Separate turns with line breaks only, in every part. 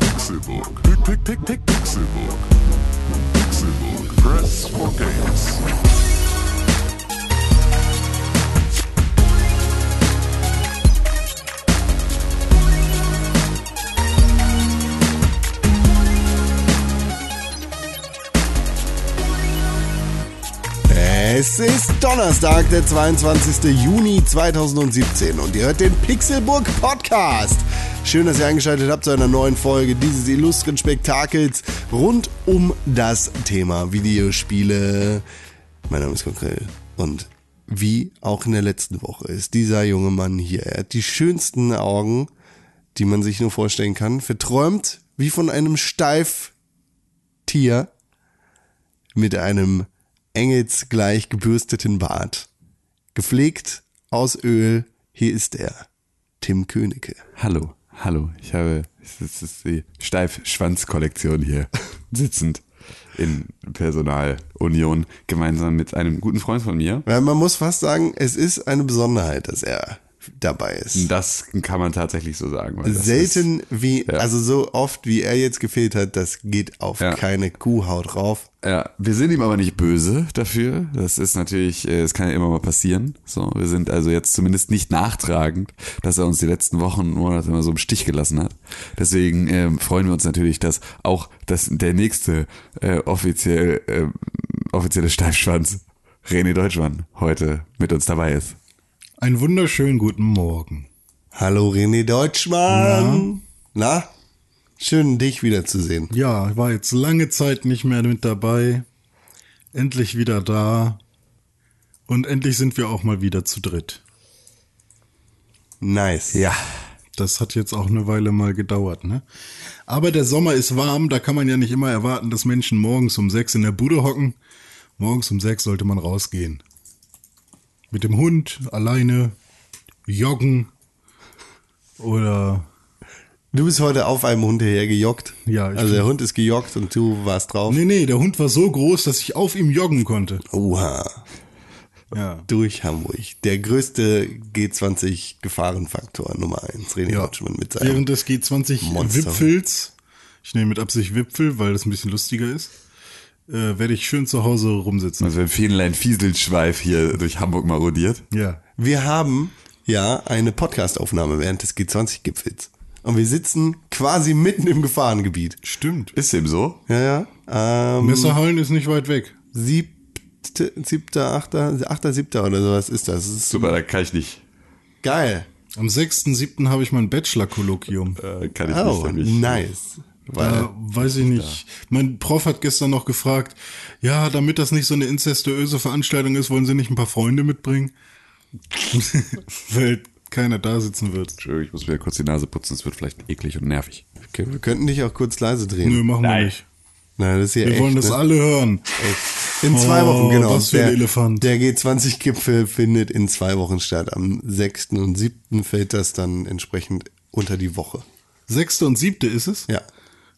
Pixelburg. Pick, pick, pick, pick, Pixelburg. Pixelburg. Press for games.
Es ist Donnerstag, der 22. Juni 2017 und ihr hört den Pixelburg Podcast. Schön, dass ihr eingeschaltet habt zu einer neuen Folge dieses illustren Spektakels rund um das Thema Videospiele. Mein Name ist Konkrell und wie auch in der letzten Woche ist dieser junge Mann hier. Er hat die schönsten Augen, die man sich nur vorstellen kann, verträumt wie von einem Steiftier mit einem engelsgleich gebürsteten Bart. Gepflegt aus Öl, hier ist er, Tim Königke.
Hallo, hallo. Ich habe, es ist, es ist die Steifschwanzkollektion hier sitzend in Personalunion gemeinsam mit einem guten Freund von mir.
Weil man muss fast sagen, es ist eine Besonderheit, dass er dabei ist.
Das kann man tatsächlich so sagen. weil das
Selten wie,
ja.
also so oft wie er jetzt gefehlt hat, das geht auf
Ja.
keine Kuhhaut rauf.
Ist, ja, wir sind ihm aber nicht böse dafür. Das ist natürlich, äh, es kann ja immer mal passieren. So, wir sind also jetzt zumindest nicht nachtragend, dass er uns die letzten Wochen und Monate immer so im Stich gelassen hat. Deswegen ähm, freuen wir uns natürlich, dass auch das, der nächste äh, offiziell, ähm, offizielle Steifschwanz René Deutschmann heute mit uns dabei ist.
Einen wunderschönen guten Morgen.
Hallo René Deutschmann. Na? Schön, dich wiederzusehen.
Ja, ich war jetzt lange Zeit nicht mehr mit dabei. Endlich wieder da. Und endlich sind wir auch mal wieder zu dritt.
Nice.
Ja.
Das hat jetzt auch eine Weile mal gedauert, ne? Aber der Sommer ist warm, da kann man ja nicht immer erwarten, dass Menschen morgens um sechs in der Bude hocken. Morgens um sechs sollte man rausgehen. Mit dem Hund, alleine, joggen. Oder
Du bist heute auf einem Hund hergejoggt.
Ja, ich
Also
bin-
der Hund ist gejoggt und du warst drauf.
Nee, nee, der Hund war so groß, dass ich auf ihm joggen konnte.
Oha.
Ja.
durch Hamburg. Der größte G20-Gefahrenfaktor Nummer eins. René Deutschmann mit seinem.
Während des
Monster.
G20-Wipfels, ich nehme mit Absicht Wipfel, weil das ein bisschen lustiger ist, äh, werde ich schön zu Hause rumsitzen.
Also wenn Fähnlein Fieselschweif hier durch Hamburg marodiert.
Ja.
Wir haben ja eine Podcastaufnahme während des G20-Gipfels. Und wir sitzen quasi mitten im Gefahrengebiet.
Stimmt.
Ist dem so?
Ja, ja. Ähm,
Messerhallen ist nicht weit weg.
siebte, siebter, achter, achter, siebter oder sowas ist das. Das ist
Super, da kann ich nicht.
geil.
Am 6.7. habe ich mein Bachelor-Kolloquium.
Äh, kann ich
Oh,
nicht. nämlich.
nice.
Da weiß ich nicht. Mein Prof hat gestern noch gefragt, ja, damit das nicht so eine incestuöse Veranstaltung ist, wollen Sie nicht ein paar Freunde mitbringen? Weil keiner da sitzen wird.
Entschuldigung, ich muss mir kurz die Nase putzen, es wird vielleicht eklig und nervig.
Okay, wir könnten dich auch kurz leise drehen.
Nö, machen wir nicht.
Nein, das ist hier
Wir
echt,
wollen das
ne?
alle hören.
In zwei
Oh,
Wochen, genau.
was für ein
der,
Elefant.
Der G20-Gipfel findet in zwei Wochen statt. Am 6. und 7. fällt das dann entsprechend unter die Woche.
Sechste und siebte ist es?
Ja.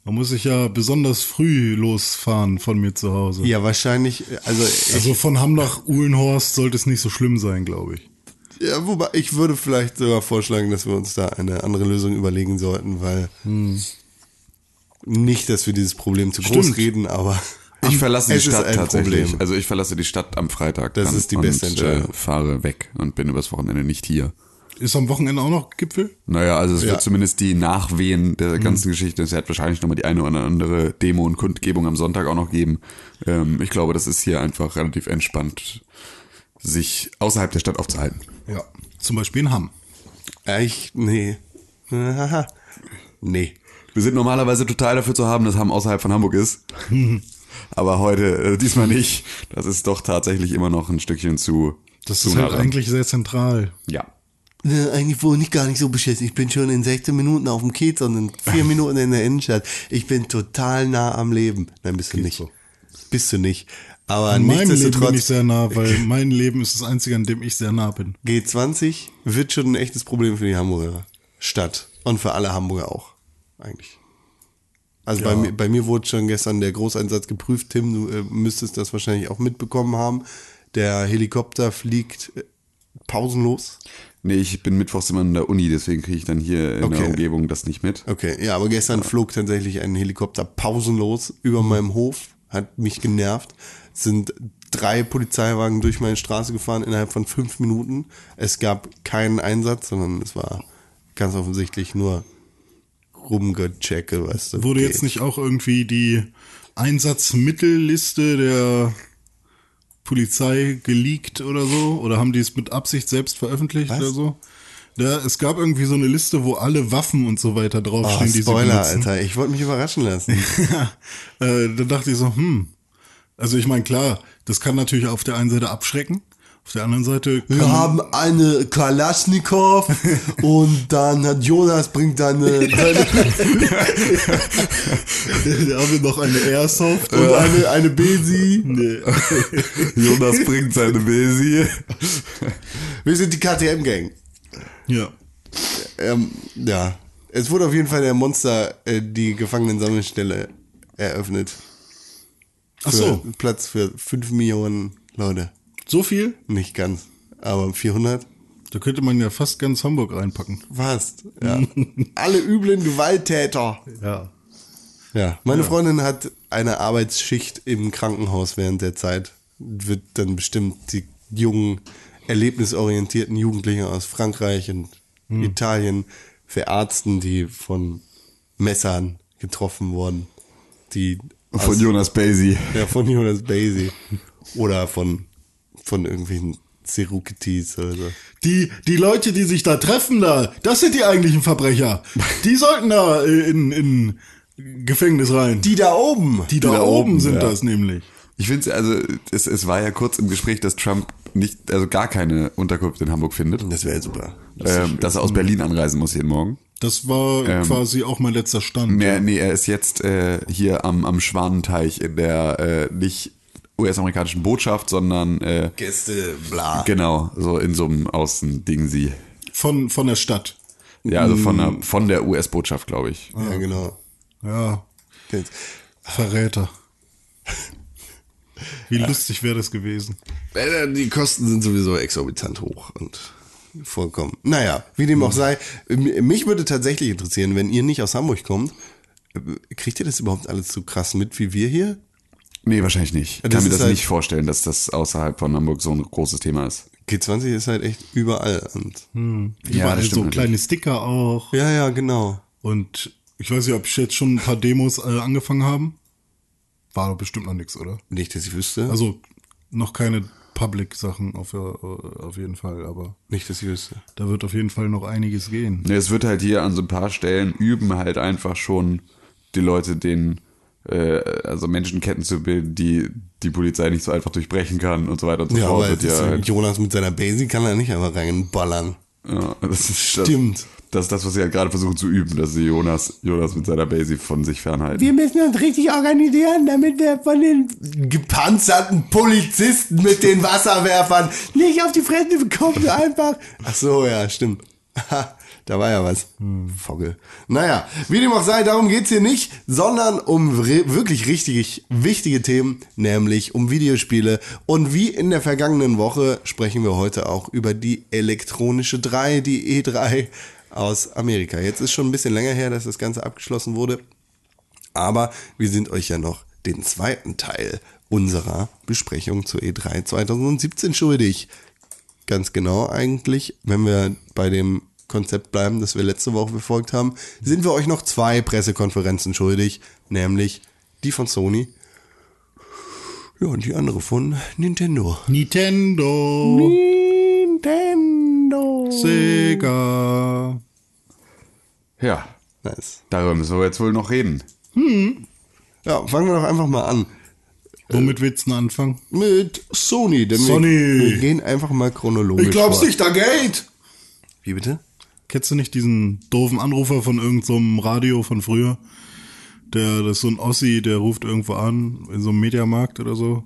Man muss sich ja besonders früh losfahren von mir zu Hause.
Ja, wahrscheinlich, also,
Also von Hamm nach Uhlenhorst sollte es nicht so schlimm sein, glaube ich.
ja, wobei ich würde vielleicht sogar vorschlagen, dass wir uns da eine andere Lösung überlegen sollten, weil nicht, dass wir dieses Problem zu groß
Hm. Stimmt.
reden, aber
Ich verlasse die
es ist
Stadt
ein
tatsächlich.
Problem.
Also ich verlasse die Stadt am Freitag.
Das
dann
ist die beste
und,
Entscheidung.
Äh, fahre weg und bin übers Wochenende nicht hier.
Ist am Wochenende auch noch Gipfel?
Naja, also es
Ja. Mhm.
wird zumindest die Nachwehen der ganzen Geschichte. Es wird wahrscheinlich nochmal die eine oder andere Demo und Kundgebung am Sonntag auch noch geben. Ähm, ich glaube, das ist hier einfach relativ entspannt, sich außerhalb der Stadt aufzuhalten.
Ja. Zum Beispiel in Hamm.
Echt? Nee. Haha. nee.
Wir sind normalerweise total dafür zu haben, dass Hamm außerhalb von Hamburg ist. Aber heute, äh, diesmal nicht. Das ist doch tatsächlich immer noch ein Stückchen zu.
Das
zu
ist
nah
halt
dran.
eigentlich sehr zentral.
Ja.
Äh, Eigentlich wohl nicht gar nicht so beschissen. Ich bin schon in 16 Minuten auf dem Kiez und in 4 Minuten in der Innenstadt. Ich bin total nah am Leben. Nein, bist du nicht.
so.
Bist du nicht. Aber
In meinem Leben bin ich
nichtsdestotrotz,
sehr nah, weil mein Leben ist das einzige, an dem ich sehr nah bin.
G20 wird schon ein echtes Problem für die Hamburger Stadt. Und für alle Hamburger auch. Eigentlich. Also bei, mir, bei mir wurde schon gestern der Großeinsatz geprüft. Tim, du äh, müsstest das wahrscheinlich auch mitbekommen haben. Der Helikopter fliegt äh, pausenlos?
Nee, ich bin mittwochs immer in der Uni, deswegen kriege ich dann hier in
Okay.
der Umgebung das nicht mit.
Okay, ja, Mhm. aber gestern flog tatsächlich ein Helikopter pausenlos über meinem Hof, hat mich genervt. Es sind drei Polizeiwagen durch meine Straße gefahren innerhalb von fünf Minuten. Es gab keinen Einsatz, sondern es war ganz offensichtlich nur rumgechecke, weißt du.
Wurde
okay.
jetzt nicht auch irgendwie die Einsatzmittelliste der Polizei geleakt oder so? Oder haben die es mit Absicht selbst veröffentlicht
Was?
oder so? Da, es gab irgendwie so eine Liste, wo alle Waffen und so weiter
Oh,
draufstehen, die sie
Spoiler,
benutzen.
Alter. Ich wollte mich überraschen lassen.
Ja, äh, da dachte ich so, hm. Also ich meine, klar, das kann natürlich auf der einen Seite abschrecken, auf der anderen Seite kann
Wir haben eine Kalaschnikow und dann hat Jonas bringt dann eine,
da haben wir noch eine Airsoft
und eine, eine Besi.
Jonas bringt seine Besi.
Wir sind die KTM-Gang.
ja.
Ähm, ja. Es wurde auf jeden Fall der Monster äh, die Gefangenen-Sammelstelle eröffnet.
Ach
Für
so,
Platz für 5 Millionen Leute.
so viel?
Nicht ganz, aber 400
Da könnte man ja fast ganz Hamburg reinpacken.
fast. Ja. Alle üblen Gewalttäter.
Ja.
Ja. Meine Freundin hat eine Arbeitsschicht im Krankenhaus während der Zeit. Wird dann bestimmt die jungen, erlebnisorientierten Jugendlichen aus Frankreich und
Hm.
Italien verarzten, die von Messern getroffen wurden. Die
Von Jonas Basie.
ja, von Jonas Basie. Oder von, von irgendwelchen Serukitis oder so.
Die, die Leute, die sich da treffen, da, das sind die eigentlichen Verbrecher. Die sollten da äh, in, in Gefängnis rein. Die,
Die da oben!
die, da,
da
oben,
oben,
sind
ja.
das nämlich.
Ich finde also es, es war ja kurz im Gespräch, dass Trump nicht, also gar keine Unterkunft in Hamburg findet.
das wäre super.
ähm, dass er aus Berlin anreisen muss jeden Morgen.
Das war quasi auch mein letzter Stand.
Nee, nee er ist jetzt äh, hier am, am Schwanenteich in der äh, nicht US-amerikanischen Botschaft, sondern äh,
Gäste, bla.
genau, so in so einem Außending sie.
Von, von der Stadt.
Ja, also von
Mm.
der, von der US-Botschaft, glaube ich.
Ja, genau.
Ja,
Jetzt.
Verräter. Wie lustig wäre das gewesen.
Äh, Die Kosten sind sowieso exorbitant hoch und vollkommen. Naja, wie dem auch sei, m- mich würde tatsächlich interessieren, wenn ihr nicht aus Hamburg kommt, äh, kriegt ihr das überhaupt alles so krass mit wie wir hier?
Nee, wahrscheinlich nicht. Ich
Das
kann mir
ist
das
halt-
nicht vorstellen, dass das außerhalb von Hamburg so ein großes Thema ist.
G20 ist halt echt überall. Und
Die waren so
natürlich.
kleine Sticker auch.
ja, ja, genau.
Und ich weiß nicht, ob jetzt schon ein paar Demos äh, angefangen haben. War bestimmt noch nichts, oder?
Nicht, dass ich wüsste.
Also noch keine Public-Sachen auf, äh, auf jeden Fall, aber
nicht, dass ich wüsste.
da wird auf jeden Fall noch einiges gehen.
Nee, es wird halt hier an so ein paar Stellen üben halt einfach schon die Leute den, äh, also Menschenketten zu bilden, die die Polizei nicht so einfach durchbrechen kann und so weiter und so
Ja,
fort.
aber
Wird
jetzt ist
ja, halt-
Jonas mit seiner Basie kann er nicht einfach reinballern.
ja, das ist
Stimmt.
Das, das ist das, was sie halt gerade versuchen zu üben, dass sie Jonas, Jonas mit seiner Basie von sich fernhalten.
müssen uns richtig organisieren, damit wir von den gepanzerten Polizisten mit den Wasserwerfern nicht auf die Fresse bekommen, einfach. Ach so, ja, stimmt. Da war ja was. Vogel. Naja, wie dem auch sei, darum geht's hier nicht, sondern um re- wirklich richtig wichtige Themen, nämlich um Videospiele. Und wie in der vergangenen Woche sprechen wir heute auch über die elektronische 3, die E3 aus Amerika. Jetzt ist schon ein bisschen länger her, dass das Ganze abgeschlossen wurde. Aber wir sind euch ja noch den zweiten Teil unserer Besprechung zur E3 2017 schuldig. Ganz genau eigentlich, wenn wir bei dem Konzept bleiben, das wir letzte Woche befolgt haben, sind wir euch noch zwei Pressekonferenzen schuldig, nämlich die von Sony. Ja, und die andere von Nintendo.
Nintendo,
Nintendo.
Sega.
Ja,
Nice.
darüber müssen wir jetzt wohl noch reden.
Ja, fangen wir doch einfach mal an.
Womit willst du denn anfangen?
Mit Sony. Denn
Sony.
Wir, wir gehen einfach mal chronologisch. vor.
da geht.
Wie bitte?
Kennst du nicht diesen doofen Anrufer von irgendeinem so einem Radio von früher? Der, das ist so ein Ossi, der ruft irgendwo an, in so einem Mediamarkt oder so,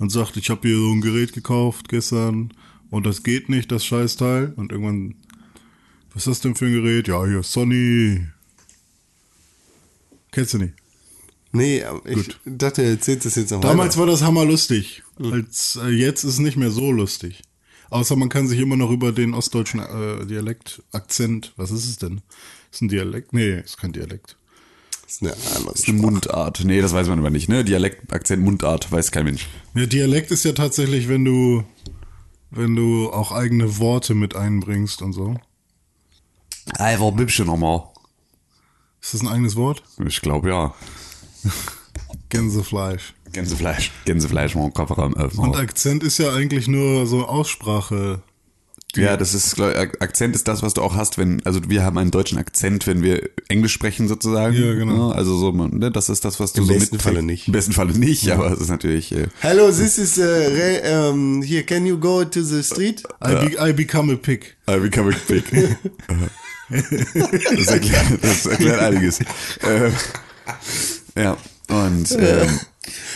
und sagt, ich habe hier so ein Gerät gekauft gestern und das geht nicht, das Scheißteil. Und irgendwann, was ist das denn für ein Gerät? Ja, hier, Sony. Kennst du nicht?
Nee, aber ich
Gut.
dachte, er erzählt das jetzt noch
Damals
weiter.
war das hammerlustig. Als, äh, jetzt ist es nicht mehr so lustig. Außer man kann sich immer noch über den ostdeutschen äh, Dialekt, Akzent, was ist es denn? Ist ein Dialekt? Nee, ist kein Dialekt.
Ist eine andere
Ist eine Mundart. Nee, das weiß man aber nicht, ne? Dialekt, Akzent, Mundart, weiß kein Mensch.
Ja, Dialekt ist ja tatsächlich, wenn du, wenn du auch eigene Worte mit einbringst und so.
Alter, Bibsche nochmal.
Ist das ein eigenes Wort?
Ich glaube ja.
Gänsefleisch.
Gänsefleisch. Gänsefleisch mal Kofferraum
Und
öffnen.
Akzent ist ja eigentlich nur so Aussprache.
Ja, das ist, glaub, ich, Akzent ist das, was du auch hast, wenn, also wir haben einen deutschen Akzent, wenn wir Englisch sprechen sozusagen.
Ja, genau.
Ne? Also so, man- ne? das ist das, was du
Im
so
besten
mitkriegst.
Falle nicht.
Im besten Falle nicht, aber es ist natürlich, äh,
Hello, this is uh, re, um, here. Can you go to the street?
I, be, I become a pig.
I become a pig. das, erklärt, das erklärt einiges. Äh, ja, und ähm,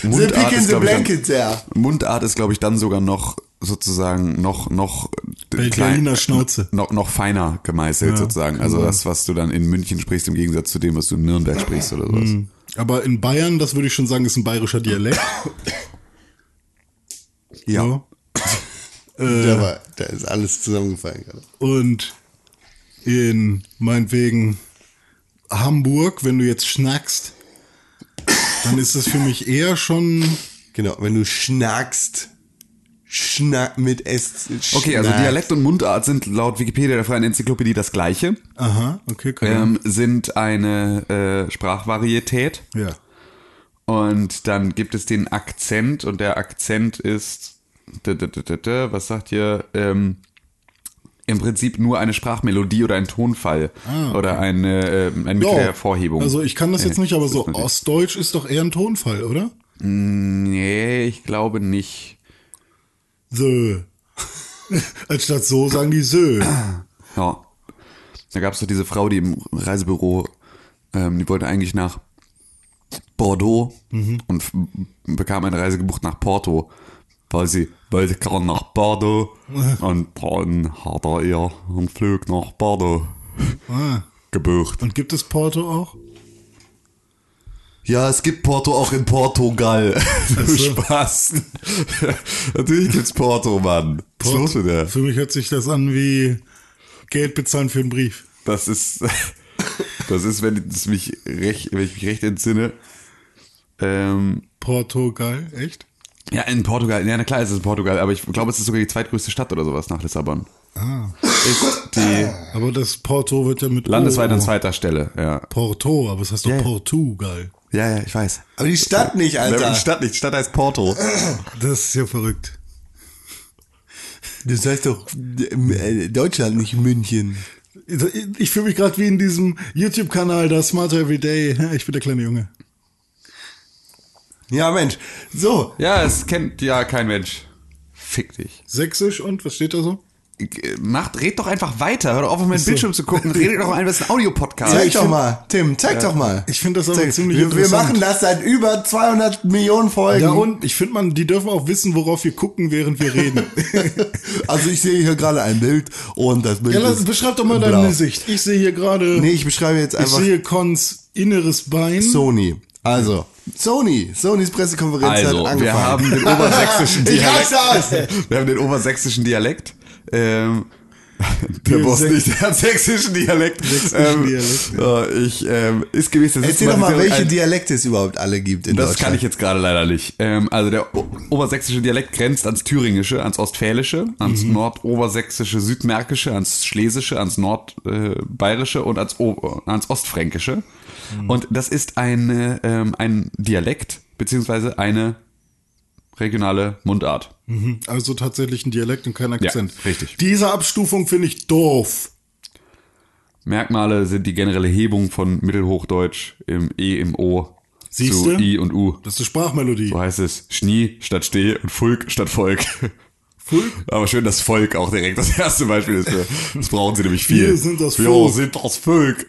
The pig
ah,
Mundart
in
ist,
the
glaube ich,
blanket
dann,
there.
Mundart ist, glaube ich, dann sogar noch sozusagen noch noch
Berliner Schnauze.
noch noch feiner gemeißelt sozusagen. Also das, was du dann in München sprichst, im Gegensatz zu dem, was du in Nürnberg sprichst oder sowas.
Hm. Aber in Bayern, das würde ich schon sagen, ist ein bayerischer Dialekt.
Ja.
So. Äh.
Da, war, da ist alles zusammengefallen gerade.
Und in meinetwegen Hamburg, wenn du jetzt schnackst, dann ist es für mich eher schon.
Genau, wenn du schnackst, schnack mit S.
Okay, also
schnack.
Dialekt und Mundart sind laut Wikipedia der Freien Enzyklopädie das gleiche.
Aha, okay, cool.
ähm, sind eine äh, Sprachvarietät.
ja.
Und dann gibt es den Akzent und der Akzent ist, da, da, da, da, da, was sagt ihr, ähm, im Prinzip nur eine Sprachmelodie oder ein Tonfall oder eine, ähm, eine
Ja.
mittlere Hervorhebung.
Ah, Also ich kann das jetzt nicht, aber
das
so
ist natürlich-
Ostdeutsch ist doch eher ein Tonfall, oder?
Nee, ich glaube nicht.
Sö. Anstatt so sagen die Sö.
Ja. Da gab es doch diese Frau, die im Reisebüro, ähm, die wollte eigentlich nach Bordeaux und f- bekam eine Reise gebucht nach Porto, weil sie wollte gerade nach Bordeaux und dann hat er ihr einen Flug nach Bordeaux
Ah.
gebucht.
Und gibt es Porto auch?
Ja, es gibt Porto auch in Portugal.
so.
Spaß. Natürlich gibt's Porto, Mann. Was ist los mit der?
Für mich hört sich das an wie Geld bezahlen für einen Brief.
Das ist, das ist, wenn ich mich recht, wenn ich mich recht entsinne. Ähm,
Porto geil, echt?
ja, in Portugal. Ja, na klar ist es in Portugal, aber ich glaube, es ist sogar die zweitgrößte Stadt oder sowas nach Lissabon. Ah. Ist die
Aber das Porto wird ja mit O-
landesweit an zweiter Stelle. Ja,
Porto, aber es heißt doch
Ja.
Portugal.
ja, ja ich weiß.
Aber die Stadt nicht, Alter.
Die Stadt nicht. Die Stadt heißt Porto.
Das ist ja verrückt.
Das heißt doch äh, Deutschland, nicht München.
Ich fühle mich gerade wie in diesem YouTube-Kanal, da Smarter Everyday. Ich bin der kleine Junge.
Ja, Mensch. So,
Ja, es kennt ja kein Mensch. Fick dich. äh,
Sächsisch und was steht da so?
Macht, red doch einfach weiter. Hör doch auf, auf meinen Bildschirm zu gucken. Redet doch einfach, das ist ein Audiopodcast.
zeig doch mal. Tim, zeig doch mal.
Ich finde das aber ziemlich
wir, wir
interessant.
machen das seit über 200 Millionen Folgen.
Ja, und ich finde, man, die dürfen auch wissen, worauf wir gucken, während wir reden.
also ich sehe hier gerade ein Bild und das Bild
ja, lass,
ist
beschreib doch mal
blau.
deine Sicht. Ich sehe hier gerade,
Nee, ich beschreibe jetzt
ich
einfach
sehe Cons inneres Bein.
Sony. Also, Sony. Sonys Pressekonferenz
Also,
hat angefangen.
wir haben den obersächsischen
Ich
Dialekt.
hab's aus!
Wir haben den obersächsischen Dialekt. Ähm, der Boss nicht, der hat sächsischen Dialekt. ähm,
Dialekt,
äh, ich, ähm, ist gewiss, das
Erzähl
ist
doch mal,
ein-
welche Dialekte es überhaupt alle gibt in
Das
Deutschland.
kann ich jetzt gerade leider nicht. Ähm, also der o obersächsische Dialekt grenzt ans Thüringische, ans Ostfälische, ans
Mhm.
Nordobersächsische, Südmärkische, ans Schlesische, ans Nordbayerische und ans, o ans Ostfränkische.
Mhm.
Und das ist eine, ähm, ein Dialekt, beziehungsweise eine regionale Mundart.
Also tatsächlich ein Dialekt und kein
Ja,
Akzent.
richtig.
Diese Abstufung finde ich doof.
Merkmale sind die generelle Hebung von Mittelhochdeutsch im E, im O
Siehste?
zu I und U.
Das ist eine Sprachmelodie.
So heißt es Schnie statt Steh und Fulk statt Volk. Fulk? Aber schön, dass Volk auch direkt das erste Beispiel ist. Für, das brauchen sie nämlich viel.
Wir sind das
Wir
Volk.
sind das Volk.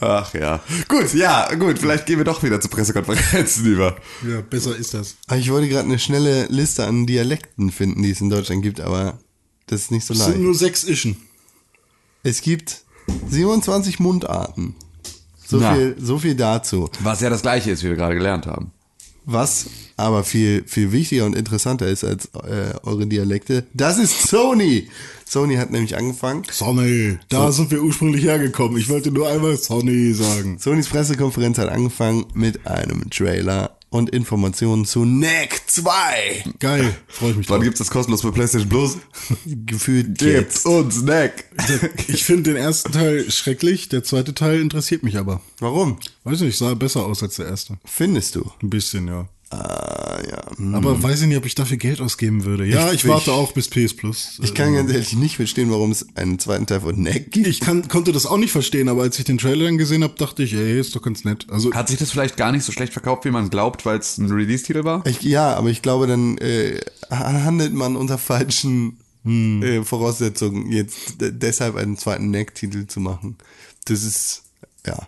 Ach ja. Gut, ja, gut. Vielleicht gehen wir doch wieder zu Pressekonferenzen über.
Ja, besser ist das.
Aber Ah, ich wollte gerade eine schnelle Liste an Dialekten finden, die es in Deutschland gibt, aber das ist nicht so
Es sind
leicht.
nur sechs Ischen.
Es gibt 27 Mundarten. So
Na.
viel, so viel dazu.
Was ja das gleiche ist, wie wir gerade gelernt haben.
Was aber viel, viel wichtiger und interessanter ist als äh, eure Dialekte, das ist Sony. Sony hat nämlich angefangen.
Sonny, da sind wir ursprünglich hergekommen. Ich wollte nur einmal Sonny sagen.
Sonys Pressekonferenz hat angefangen mit einem Trailer und Informationen zu Neck 2.
Geil, freue ich mich
Wann
drauf.
gibt's das kostenlos bei PlayStation Plus?
Gefühlt
Gibt's
jetzt.
uns Neck.
Ich finde den ersten Teil schrecklich, der zweite Teil interessiert mich aber.
Warum?
Weiß nicht, sah besser aus als der erste.
Findest du?
Ein bisschen, ja.
Ah, ja.
Aber weiß ich nicht, ob ich dafür Geld ausgeben würde. Ja, ich,
Ich-
warte auch bis PS Plus. äh,
Ich kann ganz ehrlich nicht verstehen, warum es einen zweiten Teil von Neck gibt.
Ich kann, konnte das auch nicht verstehen, aber als ich den Trailer dann gesehen habe, dachte ich, ey, ist doch ganz nett. Also
Hat sich das vielleicht gar nicht so schlecht verkauft, wie man glaubt, weil es ein Release-Titel war?
Ich, ja, aber ich glaube, dann äh, handelt man unter falschen äh, Voraussetzungen, jetzt de- deshalb einen zweiten Neck-Titel zu machen. Das ist, ja.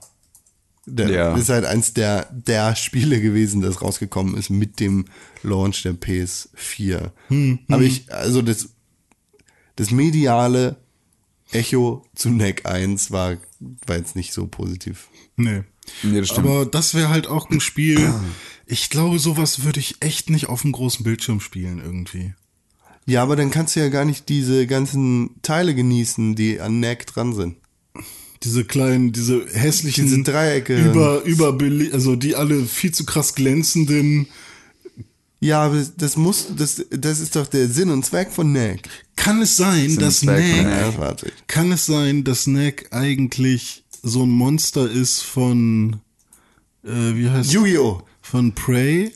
Der,
Ja.
Ist halt eins der, der Spiele gewesen, das rausgekommen ist mit dem Launch der PS4. Aber ich, also das, das mediale Echo zu Neck 1 war, war jetzt nicht so positiv.
Nee.
Nee, das stimmt.
Aber das wäre halt auch ein Spiel. Ich glaube, sowas würde ich echt nicht auf dem großen Bildschirm spielen irgendwie.
Ja, aber dann kannst du ja gar nicht diese ganzen Teile genießen, die an Neck dran sind.
Diese kleinen, diese hässlichen
Diese Dreiecke.
über über also die alle viel zu krass glänzenden.
Ja, aber das muss, das, das ist doch der Sinn und Zweck von Neck.
Kann es sein, dass
Zweck,
Neck,
ne?
Ja, warte.
kann es sein, dass Neck eigentlich so ein Monster ist von äh, wie heißt
Yu-Gi-Oh!
von Prey?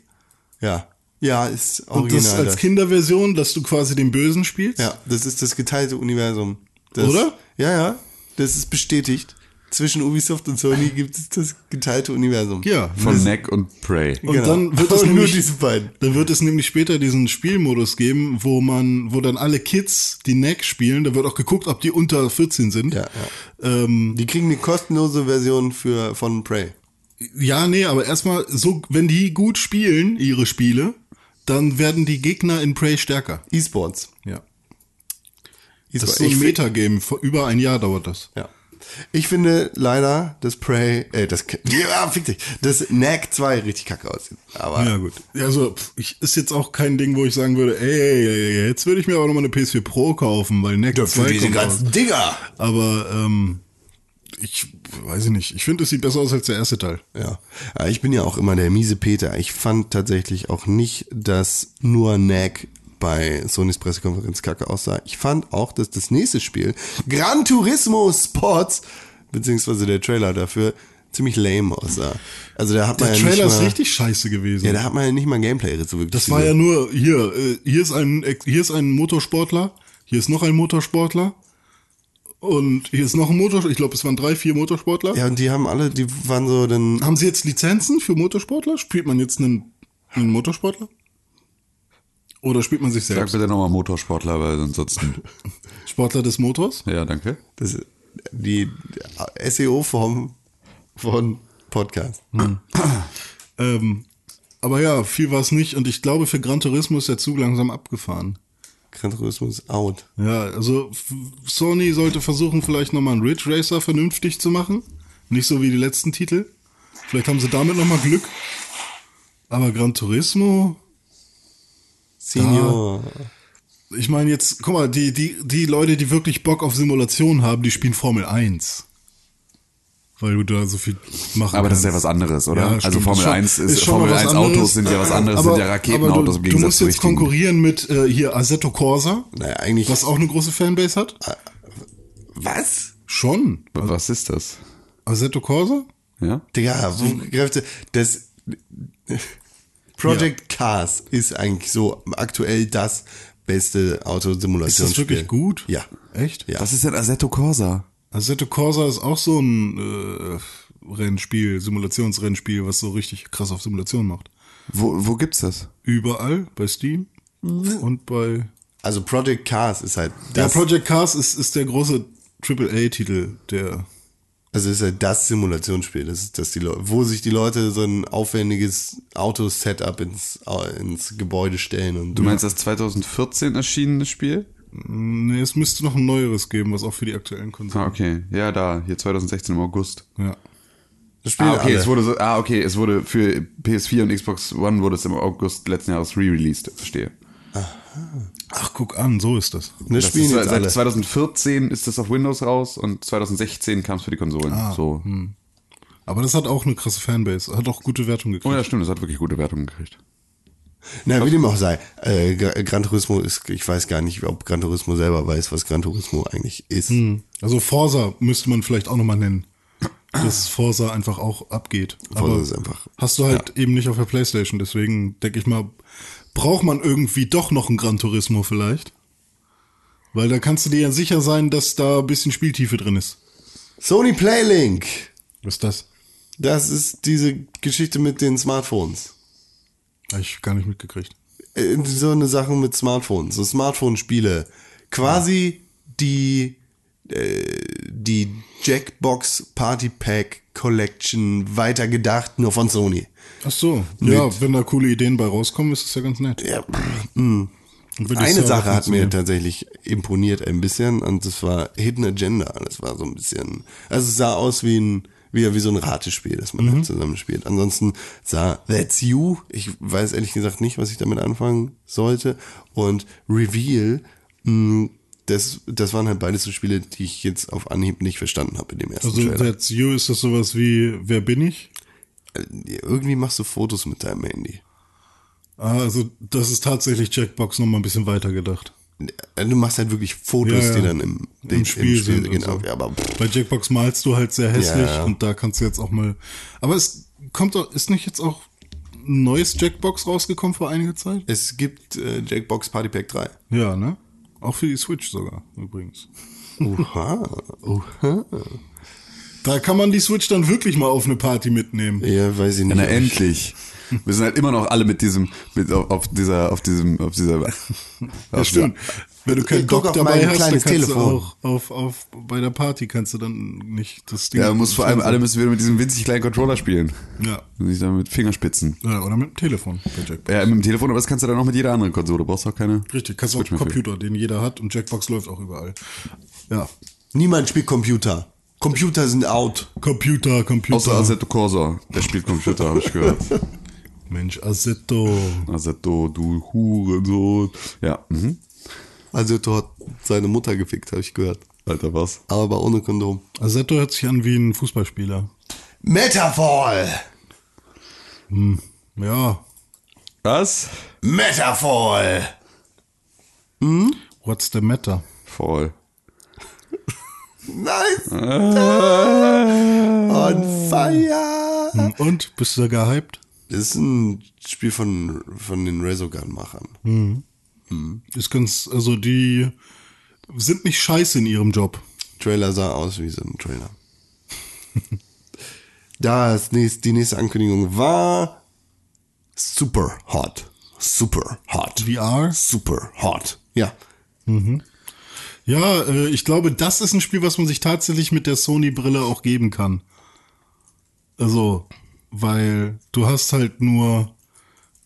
Ja. Ja, ist
Und das
original.
als Kinderversion, dass du quasi den Bösen spielst?
ja, das ist das geteilte Universum. Das,
Oder?
Ja, ja. Das ist bestätigt. Zwischen Ubisoft und Sony gibt es das geteilte Universum.
Ja.
Von Neck und Prey.
Und dann wird
das
es
Genau. nur
nämlich-
diese beiden.
Dann wird es nämlich später diesen Spielmodus geben, wo man, wo dann alle Kids die Neck spielen. Da wird auch geguckt, ob die unter 14 sind.
Ja,
Ähm,
Die kriegen eine kostenlose Version für, von Prey.
ja nee, aber erstmal so, wenn die gut spielen, ihre Spiele, dann werden die Gegner in Prey stärker.
E-Sports.
Ja.
E
Das ist so ein Metagame. Vor über ein Jahr dauert das.
Ja. Ich finde leider, dass Prey, äh, das, ja, fick dich, dass Knack 2 richtig kacke aussieht. Aber
Ja, gut. Also, pff, ich, ist jetzt auch kein Ding, wo ich sagen würde, ey, ey, ey, ey, jetzt würde ich mir aber nochmal eine PS4 Pro kaufen, weil Neck 2 kommt raus.
Dinger.
Aber, ähm, ich weiß ich nicht. Ich finde, es sieht besser aus als der erste Teil.
Ja. Aber ich bin ja auch immer der miese Peter. Ich fand tatsächlich auch nicht, dass nur Knack bei Sonys Pressekonferenz kacke aussah. Ich fand auch, dass das nächste Spiel, Gran Turismo Sports, beziehungsweise der Trailer dafür, ziemlich lame aussah. Also da hat man
Der
ja
Trailer
nicht
ist
mal,
richtig scheiße gewesen.
Ja, da hat man ja nicht mal Gameplay so wirklich.
das war ja nur hier, äh, hier ist ein Ex- hier ist ein Motorsportler, hier ist noch ein Motorsportler und hier ist noch ein Motorsportler. Ich glaube, es waren drei, vier Motorsportler.
Ja, und die haben alle, die waren so dann
Haben sie jetzt Lizenzen für Motorsportler? Spielt man jetzt einen, einen Motorsportler? Oder spielt man sich
Sag
selbst?
bitte nochmal Motorsportler, weil ansonsten.
Sportler des Motors?
Ja, danke.
das, die SEO-Form von Podcast.
Ähm, aber ja, viel war es nicht und ich glaube, für Gran Turismo ist der Zug langsam abgefahren.
Gran Turismo ist out.
Ja, also f- Sony sollte versuchen, vielleicht nochmal einen Ridge Racer vernünftig zu machen. Nicht so wie die letzten Titel. Vielleicht haben sie damit nochmal Glück. Aber Gran Turismo,
Senior.
Ah. ich meine jetzt, guck mal, die, die, die Leute, die wirklich Bock auf Simulation haben, die spielen Formel 1. Weil du da so viel machen
Aber das ist ja
kannst.
was anderes, oder?
Ja,
also
stimmt,
Formel
ist schon-
1 ist,
ist schon
Formel
mal was
1
anderes.
Autos sind ja was anderes, sind ja
aber
Raketenautos
du,
im
du
Gegensatz
musst
zu
jetzt
richtigen.
konkurrieren mit äh, hier Assetto Corsa,
Naja, eigentlich.
was auch eine große Fanbase hat.
Ah.
was?
Schon.
Was ist das?
Assetto Corsa?
Ja?
Digga, wo Kräfte. Das. Project Cars ist eigentlich so aktuell das beste
Ist
Autosimulationsspiel.
das wirklich gut?
Ja.
Echt?
Ja.
Was ist denn Assetto Corsa?
Assetto Also Corsa ist auch so ein äh, Rennspiel, Simulationsrennspiel, was so richtig krass auf Simulation macht.
Wo, wo gibt's das?
Überall, bei Steam und bei.
Also Project Cars ist halt
Ja,
das,
Project Cars ist, ist der große AAA-Titel, der.
also ist halt das Simulationsspiel, das ist das die Leu- wo sich die Leute so ein aufwendiges Auto-Setup ins, ins Gebäude stellen und
Du meinst das 2014 erschienene Spiel?
Nee, es müsste noch ein neueres geben, was auch für die aktuellen
Ah,
Konsolen.
okay. Ja, da, hier 2016 im August.
Ja.
Das spielen
Ah, okay,
alle.
es wurde so, ah, okay, es wurde für PS4 und Xbox One wurde es im August letzten Jahres re-released, verstehe.
Ach, guck an, so ist das.
das
Das
spielen
ist,
jetzt
seit
alle.
2014 ist das auf Windows raus und 2016 kam es für die Konsolen. so.
Aber das hat auch eine krasse Fanbase. Hat auch gute Wertung
Oh
gekriegt.
ja, stimmt, das hat wirklich gute Wertungen gekriegt.
Na, wie dem auch sei. Äh, Gra- Gran Turismo ist, ich weiß gar nicht, ob Gran Turismo selber weiß, was Gran Turismo eigentlich ist.
Also Forsa müsste man vielleicht auch nochmal nennen. Dass Forsa einfach auch abgeht.
Forza
Aber
ist einfach-
Hast du halt eben nicht auf der Playstation, deswegen denke ich mal, braucht man irgendwie doch noch ein Gran Turismo vielleicht. Weil da kannst du dir ja sicher sein, dass da ein bisschen Spieltiefe drin ist.
Sony Playlink.
Was ist das?
Das ist diese Geschichte mit den Smartphones.
Habe ich gar nicht mitgekriegt.
Äh, So eine Sache mit Smartphones, so Smartphone-Spiele. Quasi die, äh, die Jackbox Party Pack Collection weitergedacht, nur von Sony.
Ach so. Ja, wenn da coole Ideen bei rauskommen, ist es ja ganz nett.
Ja,
Und wenn die
Eine
Server
Sache hat mir
funktionieren.
tatsächlich imponiert ein bisschen und das war Hidden Agenda. Das war so ein bisschen, also es sah aus wie ein wie, wie so ein Ratespiel, das man
Mhm.
halt zusammenspielt. Ansonsten sah That's You, ich weiß ehrlich gesagt nicht, was ich damit anfangen sollte und Reveal, mh, das, das waren halt beides so Spiele, die ich jetzt auf Anhieb nicht verstanden habe in dem ersten
Also
Trailer.
That's You ist das sowas wie Wer bin ich?
Irgendwie machst du Fotos mit deinem Handy.
Ah, Also das ist tatsächlich Jackbox nochmal ein bisschen weiter gedacht.
Du machst halt wirklich Fotos,
Ja, ja.
die dann im,
Im Spiel sind und
genau.
so.
Ja, aber pff,
Bei Jackbox malst du halt sehr hässlich
Ja.
und da kannst du jetzt auch mal. Aber es kommt doch, ist nicht jetzt auch ein neues Jackbox rausgekommen vor einiger Zeit?
es gibt äh, Jackbox Party Pack 3.
Ja, ne? Auch für die Switch sogar, übrigens.
Uha, uha.
Da kann man die Switch dann wirklich mal auf eine Party mitnehmen.
Ja, weiß ich nicht.
Na
ob ich-
endlich. Wir sind halt immer noch alle mit diesem, mit, auf, auf dieser, auf diesem, auf dieser.
Ja, stimmt. Wenn du keinen
Ich guck auf
Dock
mein
dabei hast, dann
kleines
kannst
Telefon.
du auch auf, auf, bei der Party kannst du dann nicht das Ding.
Ja, muss vor allem, alle müssen wieder mit diesem winzig kleinen Controller spielen.
Ja.
Und nicht dann mit Fingerspitzen.
Ja, oder mit dem Telefon bei Jackbox.
Ja, mit dem Telefon, aber das kannst du dann auch mit jeder anderen Konsole. Du brauchst auch keine.
Richtig, kannst du auf
Switch
dem
mehr für.
Computer, den jeder hat und Jackbox läuft auch überall. Ja.
Niemand spielt Computer. Computer sind out.
Computer, Computer.
Außer Assetto Corsa, der spielt Computer, habe ich gehört.
Mensch, Assetto.
Assetto, du Hurensohn. Ja, mhm.
Also du hat seine Mutter gefickt, habe ich gehört.
Alter, was?
Aber ohne Kondom.
Assetto Also hört sich an wie ein Fußballspieler.
Metaphor!
Ja.
Was?
Metaphor!
What's the matter?
Voll.
Nice! Ah. On fire!
Hm, Und? Bist du da gehypt?
Das ist ein Spiel von, von den Resogun-Machern.
Ist ganz, also die sind nicht scheiße in ihrem Job.
Trailer sah aus wie so ein Trailer. das nächste, die nächste Ankündigung war super hot. Super hot.
VR?
Super hot. Ja.
Ja, äh, ich glaube, das ist ein Spiel, was man sich tatsächlich mit der Sony-Brille auch geben kann. Also, weil du hast halt nur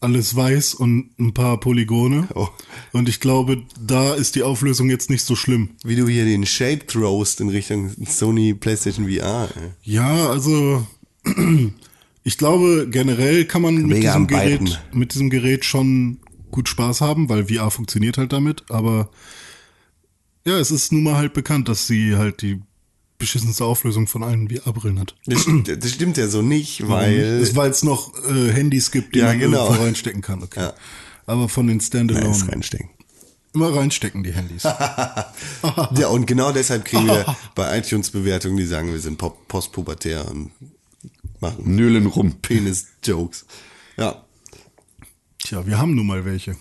alles weiß und ein paar Polygone.
Oh.
Und ich glaube, da ist die Auflösung jetzt nicht so schlimm.
Wie du hier den Shade throwst in Richtung Sony PlayStation VR. ey.
Ja, also ich glaube, generell kann man mit
Mega
diesem,
am Balken.
Gerät, mit diesem Gerät schon gut Spaß haben, weil VR funktioniert halt damit, aber ja, es ist nun mal halt bekannt, dass sie halt die beschissenste Auflösung von allen VR-Brillen hat.
Das, das stimmt ja so nicht, weil.
Das, weil es noch äh, Handys gibt, die
Ja,
man
genau.
irgendwo reinstecken kann. Okay.
Ja.
Aber von den
Nein,
Standalone
das reinstecken.
immer reinstecken die Handys.
Ja, und genau deshalb kriegen wir bei iTunes-Bewertungen, die sagen, wir sind pop- postpubertär und machen
Nölen rum.
Penis-Jokes. Ja.
Tja, wir haben nun mal welche.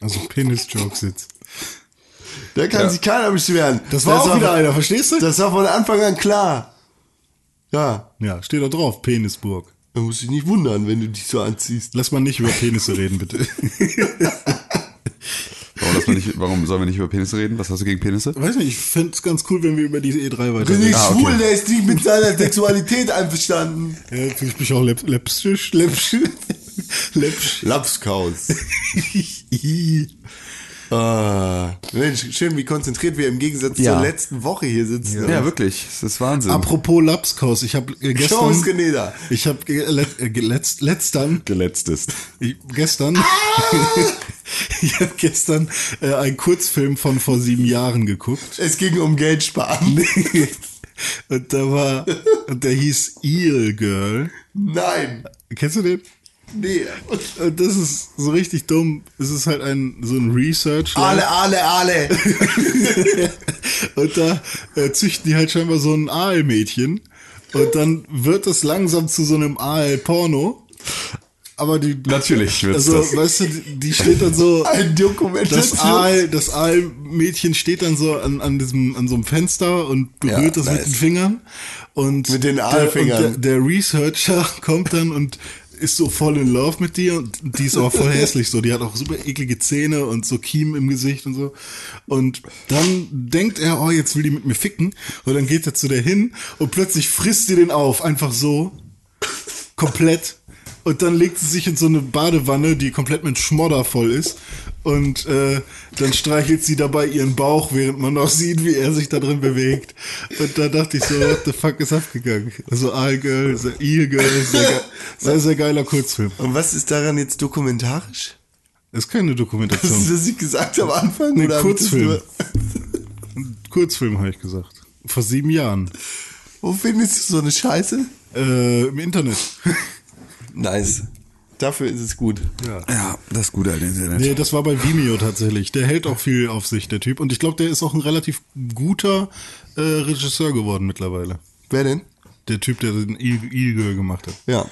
Also Penis-Jokes jetzt.
Da kann
Ja.
sich keiner beschweren.
Das war auch wieder einer, verstehst du?
Das war von Anfang an klar. Ja,
Ja, steht da drauf, Penisburg.
da muss ich nicht wundern, wenn du dich so anziehst.
Lass mal nicht über Penisse reden, bitte.
Warum, lassen wir nicht, warum sollen wir nicht über Penisse reden? Was hast du gegen Penisse?
Weiß nicht, ich fände es ganz cool, wenn wir über diese E E3
Ich bin nicht
weiterreden.
Ah, okay.
schwul, der ist nicht mit seiner Sexualität einverstanden.
Ja, fühl ich mich auch läpp- läppisch, läppisch, läppisch.
Lapskaus.
I.
Ah, Mensch, schön, wie konzentriert wir im Gegensatz
Ja.
zur letzten Woche hier sitzen.
Ja, wirklich. Das ist Wahnsinn.
Apropos Lapskaus, ich habe äh,
Show ist
gestern.
geneder.
Ich habe äh, let, äh, letzt, letztern
Geletztest.
Ich, gestern. Ah! ich habe gestern äh, einen Kurzfilm von vor sieben Jahren geguckt.
Es ging um Geld sparen.
und da war. Und der hieß Eel Girl.
Nein.
Kennst du den?
Nee.
Und das ist so richtig dumm. Es ist halt ein so ein Research.
Ale, ale, ale.
Und da äh, züchten die halt scheinbar so ein Aalmädchen. Und dann wird es langsam zu so einem Aal-Porno. Aber die.
Natürlich wird's
Also,
das.
weißt du, die die steht dann so.
Ein
Das
Dokumentation.
Aal, das Aalmädchen steht dann so an, an diesem, an so einem Fenster und berührt
Ja,
das mit
nice.
den Fingern. Und
Mit den
der-
Aalfingern.
und Der, der Researcher kommt dann und ist so voll in love mit dir und die ist aber voll hässlich so. Die hat auch super eklige Zähne und so Kiemen im Gesicht und so. Und dann denkt er, oh, jetzt will die mit mir ficken. Und dann geht er zu der hin und plötzlich frisst sie den auf. Einfach so. Komplett. Und dann legt sie sich in so eine Badewanne, die komplett mit Schmodder voll ist. Und äh, dann streichelt sie dabei ihren Bauch, während man noch sieht, wie er sich da drin bewegt. Und da dachte ich so, what the fuck ist abgegangen? Also Aalgirl, Eelgirl, sehr, ge- sehr, sehr geiler Kurzfilm.
Und was ist daran jetzt dokumentarisch?
Ist keine
Hast du
Dokumentation.
das nicht gesagt am Anfang?
Nee,
oder hab ich das
Kurzfilm.
nur-
Kurzfilm, habe ich gesagt. Vor sieben Jahren.
Wo findest du so eine Scheiße?
Äh, Im Internet.
Nice. Dafür ist es gut.
Ja, das Gute an Internet.
Nee, das war bei Vimeo tatsächlich. Der hält auch viel auf sich, der Typ. Und ich glaube, der ist auch ein relativ guter äh, Regisseur geworden mittlerweile.
Wer denn?
Der Typ, der den E- Eagle gemacht hat.
Ja.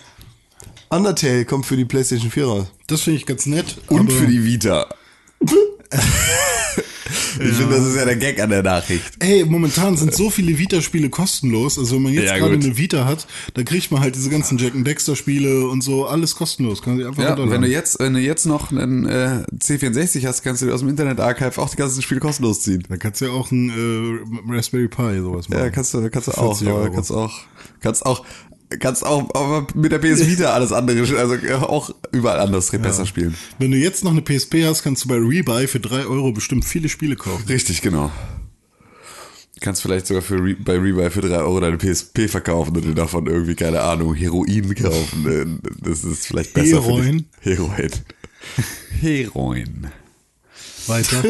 Undertale kommt für die PlayStation 4 raus.
Das finde ich ganz nett.
Und
aber-
für die Vita. ich finde, das ist ja der Gag an der Nachricht.
Ey, momentan sind so viele Vita-Spiele kostenlos. Also wenn man jetzt
Ja,
gerade
gut.
eine Vita hat, dann kriegt man halt diese ganzen Jack and Dexter-Spiele und so alles kostenlos. Kann man sich einfach
Ja,
runterladen.
wenn du jetzt, wenn du jetzt noch einen äh, C64 hast, kannst du dir aus dem Internet-Archive auch die ganzen Spiele kostenlos ziehen.
Da kannst du ja auch ein äh, Raspberry Pi sowas machen.
Ja, kannst du, kannst du
Für
auch,
40
aber
Euro.
kannst auch, kannst auch, kannst auch aber mit der PS Vita alles andere, also äh, auch überall anders besser spielen.
Wenn du jetzt noch eine PSP hast, kannst du bei Rebuy für drei Euro bestimmt viele Spiele kaufen.
Richtig, genau. Kannst vielleicht sogar für Re bei Rebuy für 3 Euro deine PSP verkaufen und dir davon irgendwie, keine Ahnung, Heroin kaufen. Äh, Das ist vielleicht besser. für
Heroin?
dich. Heroin. Heroin.
Weiter.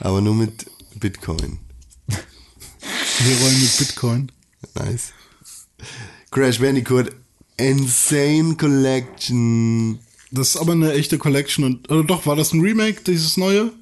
Aber nur mit Bitcoin.
Wir rollen mit Bitcoin.
Nice. Crash Bandicoot Insane Collection.
Das ist aber eine echte Collection und. Oder doch, war das ein Remake, dieses neue?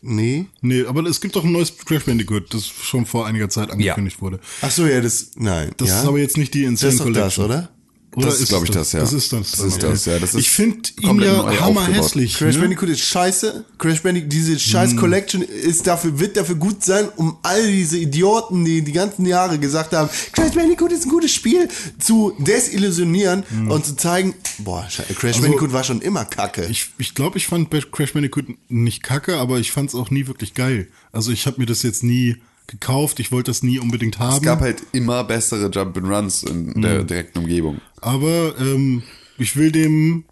Nee?
Nee, aber es gibt doch ein neues Crash Bandicoot, das schon vor einiger Zeit angekündigt wurde.
Ach so, ja, das. Nein.
Das
ja?
ist aber jetzt nicht die
Das
Insane
ist doch
Collection.
das, oder?
Oder
Das ist, glaub ich, das, ja.
Das ist das.
Das ist das, ja. Das ist
ich finde ihn
komplett
ja
neu
hammerhässlich.
Crash
Ne? Hm.
Bandicoot ist scheiße. Crash Bandicoot, diese scheiß Collection ist dafür, wird dafür gut sein, um all diese Idioten, die die ganzen Jahre gesagt haben, Crash Bandicoot ist ein gutes Spiel, zu desillusionieren
Hm.
und zu zeigen, boah, Sche- Crash Bandicoot war schon immer kacke.
Also Ich, ich glaube, ich fand Crash Bandicoot nicht kacke, aber ich fand es auch nie wirklich geil. Also ich habe mir das jetzt nie gekauft, ich wollte das nie unbedingt haben.
Es gab halt immer bessere Jump-and-Runs in der direkten Umgebung.
Aber ähm, ich will dem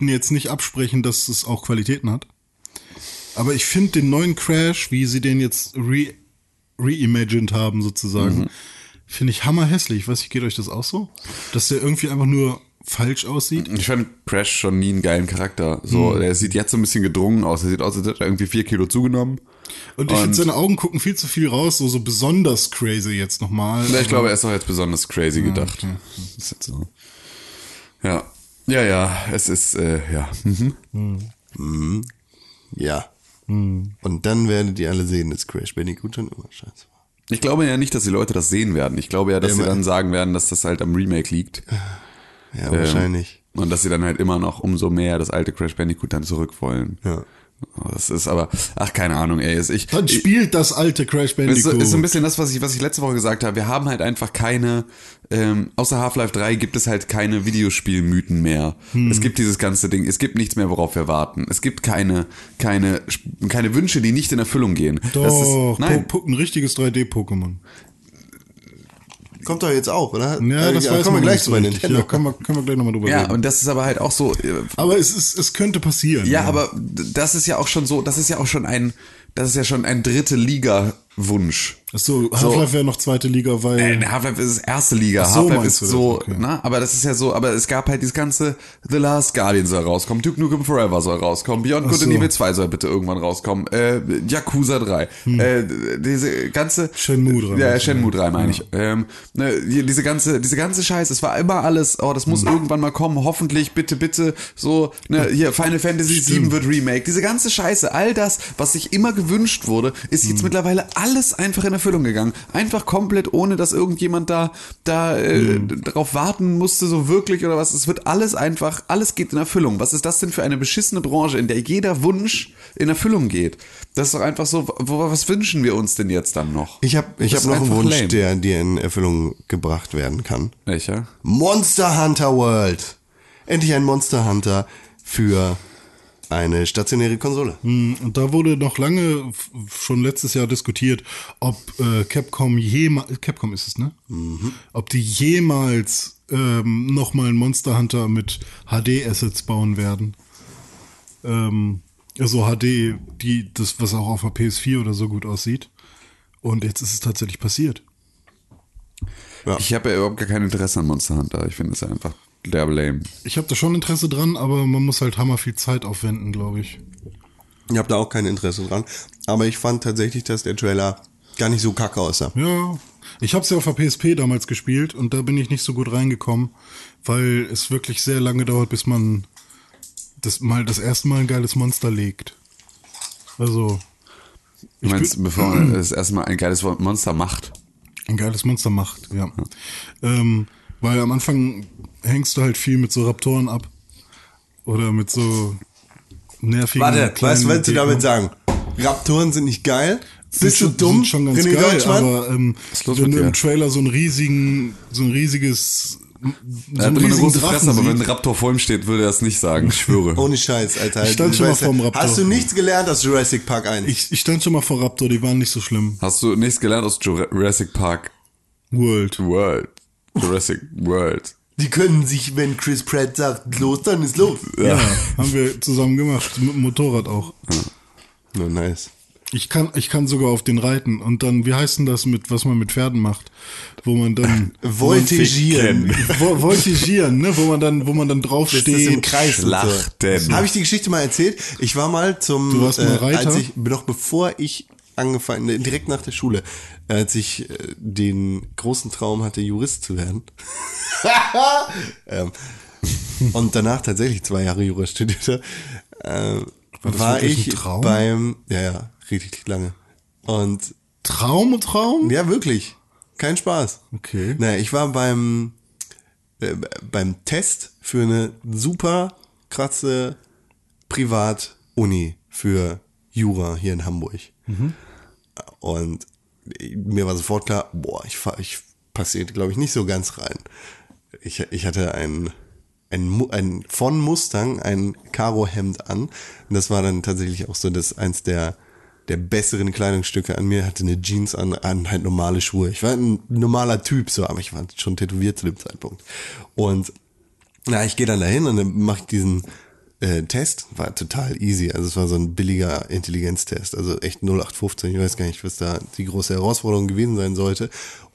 jetzt nicht absprechen, dass es auch Qualitäten hat. Aber ich finde den neuen Crash, wie sie den jetzt re reimagined haben sozusagen,
Mhm.
finde ich hammerhässlich. Ich weiß nicht, geht euch das auch so? Dass der irgendwie einfach nur falsch aussieht?
Ich fand Crash schon nie einen geilen Charakter. So, der sieht jetzt so ein bisschen gedrungen aus. Er sieht aus, als hätte er irgendwie vier Kilo zugenommen.
Und ich
Und-
finde, seine Augen gucken viel zu viel raus, so, so besonders crazy jetzt nochmal.
Ja, ich glaube, er ist auch jetzt besonders crazy gedacht. Ist jetzt so. Ja. Ja, ja, es ist, äh, ja. Mhm.
ja.
Hm.
Und dann werdet ihr alle sehen, dass Crash Bandicoot schon immer scheiße war.
Ich glaube ja nicht, dass die Leute das sehen werden. Ich glaube ja, dass
Ja,
sie
aber-
dann sagen werden, dass das halt am Remake liegt.
Ja, wahrscheinlich.
Ähm, Und dass sie dann halt immer noch umso mehr das alte Crash Bandicoot dann zurück wollen.
Ja.
Das ist aber, ach, keine Ahnung, ey, ist ich.
Dann
ich-
spielt das alte
Ist
Crash
so,
Bandicoot.
ist so ein bisschen das, was ich, was ich letzte Woche gesagt habe. Wir haben halt einfach keine, ähm, außer Half-Life 3 gibt es halt keine Videospielmythen mehr. Es gibt dieses ganze Ding, es gibt nichts mehr, worauf wir warten. Es gibt keine, keine, keine Wünsche, die nicht in Erfüllung gehen.
Doch,
das ist,
Po-
nein,
Po- ein richtiges 3D-Pokémon.
Kommt doch jetzt auch, oder?
Ja, das weiß
Äh, kommen wir
man
gleich
nicht
zu bei
richtig.
Nintendo.
Ja, können, wir, können wir gleich nochmal drüber
Ja,
reden.
und das ist aber halt auch so, äh,
Aber es, ist, es könnte passieren.
Ja, aber das ist ja auch schon so, das ist ja auch schon ein, das ist ja schon ein dritte Liga-Wunsch.
Ach So, Half-Life wäre noch zweite Liga, weil.
Äh, Half-Life ist erste Liga,
so,
Half-Life ist
meinst du das?
so,
Okay.
ne? Aber das ist ja so, aber es gab halt dieses ganze The Last Guardian soll rauskommen, Duke Nukem Forever soll rauskommen, Beyond Good
so.
and Evil 2 soll bitte irgendwann rauskommen, äh, Yakuza 3,
Hm.
äh, diese ganze...
Shenmue 3.
Ja, Shenmue 3 meine ich. Ähm, ne, die- diese ganze, diese ganze Scheiße, es war immer alles, oh, das muss irgendwann mal kommen, hoffentlich, bitte, bitte, so, ne, hier, Final Fantasy 7 wird Remake, diese ganze Scheiße, all das, was sich immer gewünscht wurde, ist jetzt mittlerweile alles einfach in Erfüllung gegangen. Einfach komplett, ohne dass irgendjemand da, da, äh, drauf warten musste, so wirklich oder was. Es wird alles einfach, alles geht in Erfüllung. Was ist das denn für eine beschissene Branche, in der jeder Wunsch in Erfüllung geht? Das ist doch einfach so, wo, was wünschen wir uns denn jetzt dann noch?
Ich habe ich hab
Das ist
noch einen
einfach
Wunsch,
lame.
der dir in Erfüllung gebracht werden kann.
Welcher?
Monster Hunter World. Endlich ein Monster Hunter für eine stationäre Konsole.
Und da wurde noch lange, f- schon letztes Jahr diskutiert, ob äh, Capcom jemals, Capcom ist es, ne?
Mhm.
Ob die jemals ähm, nochmal ein Monster Hunter mit HD-Assets bauen werden. Ähm, also HD, die, das, was auch auf der PS4 oder so gut aussieht. Und jetzt ist es tatsächlich passiert.
Ich habe ja überhaupt gar kein Interesse an Monster Hunter. Ich finde es einfach derbe lame.
Ich habe da schon Interesse dran, aber man muss halt hammer viel Zeit aufwenden, glaube ich.
Ich habe da auch kein Interesse dran. Aber ich fand tatsächlich, dass der Trailer gar nicht so kacke aussah.
Ja, ich habe es ja auf der PSP damals gespielt und da bin ich nicht so gut reingekommen, weil es wirklich sehr lange dauert, bis man das mal das erste Mal ein geiles Monster legt. Also
Du meinst, bevor man das erstmal ein geiles Wort Monster macht?
ein geiles Monster macht, ja. Ähm, weil am Anfang hängst du halt viel mit so Raptoren ab oder mit so nervigen.
Warte,
kleinen
weißt du, was du
Gegnern.
damit sagen? Raptoren sind nicht geil. Bist du
schon-
dumm?
Sind schon ganz
René
geil,
Deutschmann?
aber ähm,
Was ist los
wenn
mit
du im
dir?
Trailer so ein riesigen, so ein riesiges, so
Er hat immer
einen
eine
riesigen
große
Drachen
Fresse, aber
sieht,
wenn ein Raptor vor ihm steht, würde er es nicht sagen. Ich schwöre.
Ohne Scheiß, Alter.
Ich stand schon
weiß
mal vorm
ja.
Raptor.
Hast du nichts gelernt aus Jurassic Park 1?
ich, ich stand schon mal vor Raptor, die waren nicht so schlimm.
Hast du nichts gelernt aus Jurassic Park
World.
World? Jurassic World.
Die können sich, wenn Chris Pratt sagt, los, dann ist los.
Ja. haben wir zusammen gemacht, mit dem Motorrad auch.
No, nice.
Ich kann, ich kann sogar auf den reiten und dann, wie heißt denn das mit, was man mit Pferden macht, wo man dann
Voltigieren.
Vo- voltigieren, ne, wo man dann, wo man dann
Ist das im
draufsteht.
Kreis und
Schlachten.
So. Habe ich die Geschichte mal erzählt? Ich war mal zum, äh,
Du warst mal Reiter?
als ich, noch bevor ich angefangen, ne, direkt nach der Schule, als ich äh, den großen Traum hatte, Jurist zu werden. ähm, und danach tatsächlich zwei Jahre Jura studierte, äh, war,
das wirklich
ich
ein Traum?
beim, ja, ja, richtig lange. Und
Traum, Traum?
ja, wirklich. Kein Spaß.
Hm? Okay.
Naja, ich war beim, äh, beim Test für eine super krasse Privatuni für Jura hier in Hamburg. Und mir war sofort klar, boah, ich, fa- ich passiert, glaube ich, nicht so ganz rein. Ich, ich hatte ein, ein, Mu- ein von Mustang ein Karo-Hemd an. Und das war dann tatsächlich auch so das eins der, der besseren Kleidungsstücke an mir. Hatte eine Jeans an, an halt normale Schuhe. Ich war ein normaler Typ, so, aber ich war schon tätowiert zu dem Zeitpunkt. Und na, ich gehe dann dahin und dann mache ich diesen äh, Test. War total easy. Also es war so ein billiger Intelligenztest. Also echt 0815. Ich weiß gar nicht, was da die große Herausforderung gewesen sein sollte.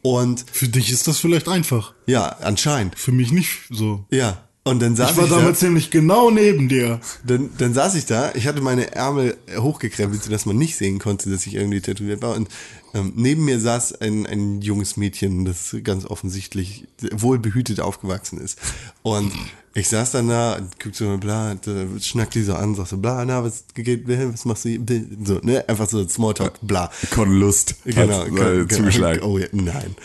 Und
Für dich ist das vielleicht einfach.
ja, anscheinend.
Für mich nicht so.
Ja. Und dann saß
Ich
ich,
war
da,
damals nämlich genau neben dir.
dann, dann saß ich da, ich hatte meine Ärmel hochgekrempelt, sodass man nicht sehen konnte, dass ich irgendwie tätowiert war. Und ähm, neben mir saß ein, ein junges Mädchen, das ganz offensichtlich wohlbehütet aufgewachsen ist. Und ich saß dann da, und guckte so, bla, da schnackt die so an, sagte, bla, na, was geht, was machst du hier? So, ne, einfach so Smalltalk, bla.
Con Lust.
Genau,
Hat,
genau,
äh, zugeschlagen.
Oh ja, nein.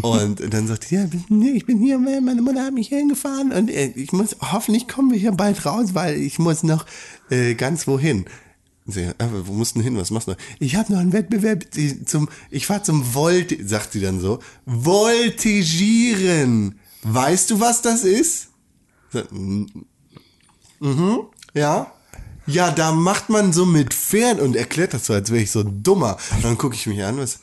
Und dann sagt sie, ja, nee, ich bin hier, weil meine Mutter hat mich hingefahren und äh, ich muss, hoffentlich kommen wir hier bald raus, weil ich muss noch äh, ganz wohin. Und Sie, aber wo musst du denn hin? Was machst du noch? Ich habe noch einen Wettbewerb die- zum, ich fahr zum Volt, sagt sie dann so, Voltigieren. Weißt du, was das ist? Sagt, "Mm, ja. Ja, da macht man so mit Pferden und erklärt das so, als wäre ich so ein Dummer. Und dann gucke ich mich an, was,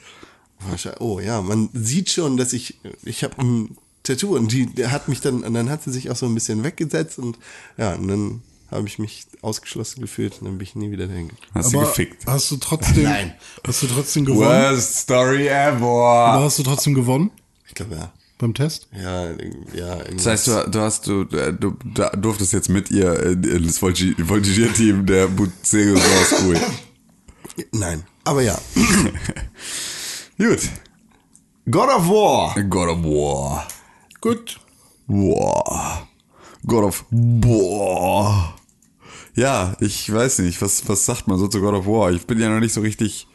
Wahrscheinlich- Oh ja, man sieht schon, dass ich, ich habe ein Tattoo und die hat mich dann, und dann hat sie sich auch so ein bisschen weggesetzt und ja, und dann habe ich mich ausgeschlossen gefühlt und dann bin ich nie wieder dahin gegangen.
Hast du
Aber
gefickt.
Hast du trotzdem,
Nein.
Hast du trotzdem gewonnen?
Worst story ever.
Aber hast du trotzdem gewonnen
Ich glaube ja.
beim Test?
Ja, irg- ja.
Das heißt, du, du hast du, äh, du, du durftest jetzt mit ihr in, in das Volti- Voltigierteam der Bucerius Law School.
Nein, aber ja.
Gut.
God of War.
God of War.
Gut.
War. God of War. Ja, ich weiß nicht, was, was sagt man so zu God of War? Ich bin ja noch nicht so richtig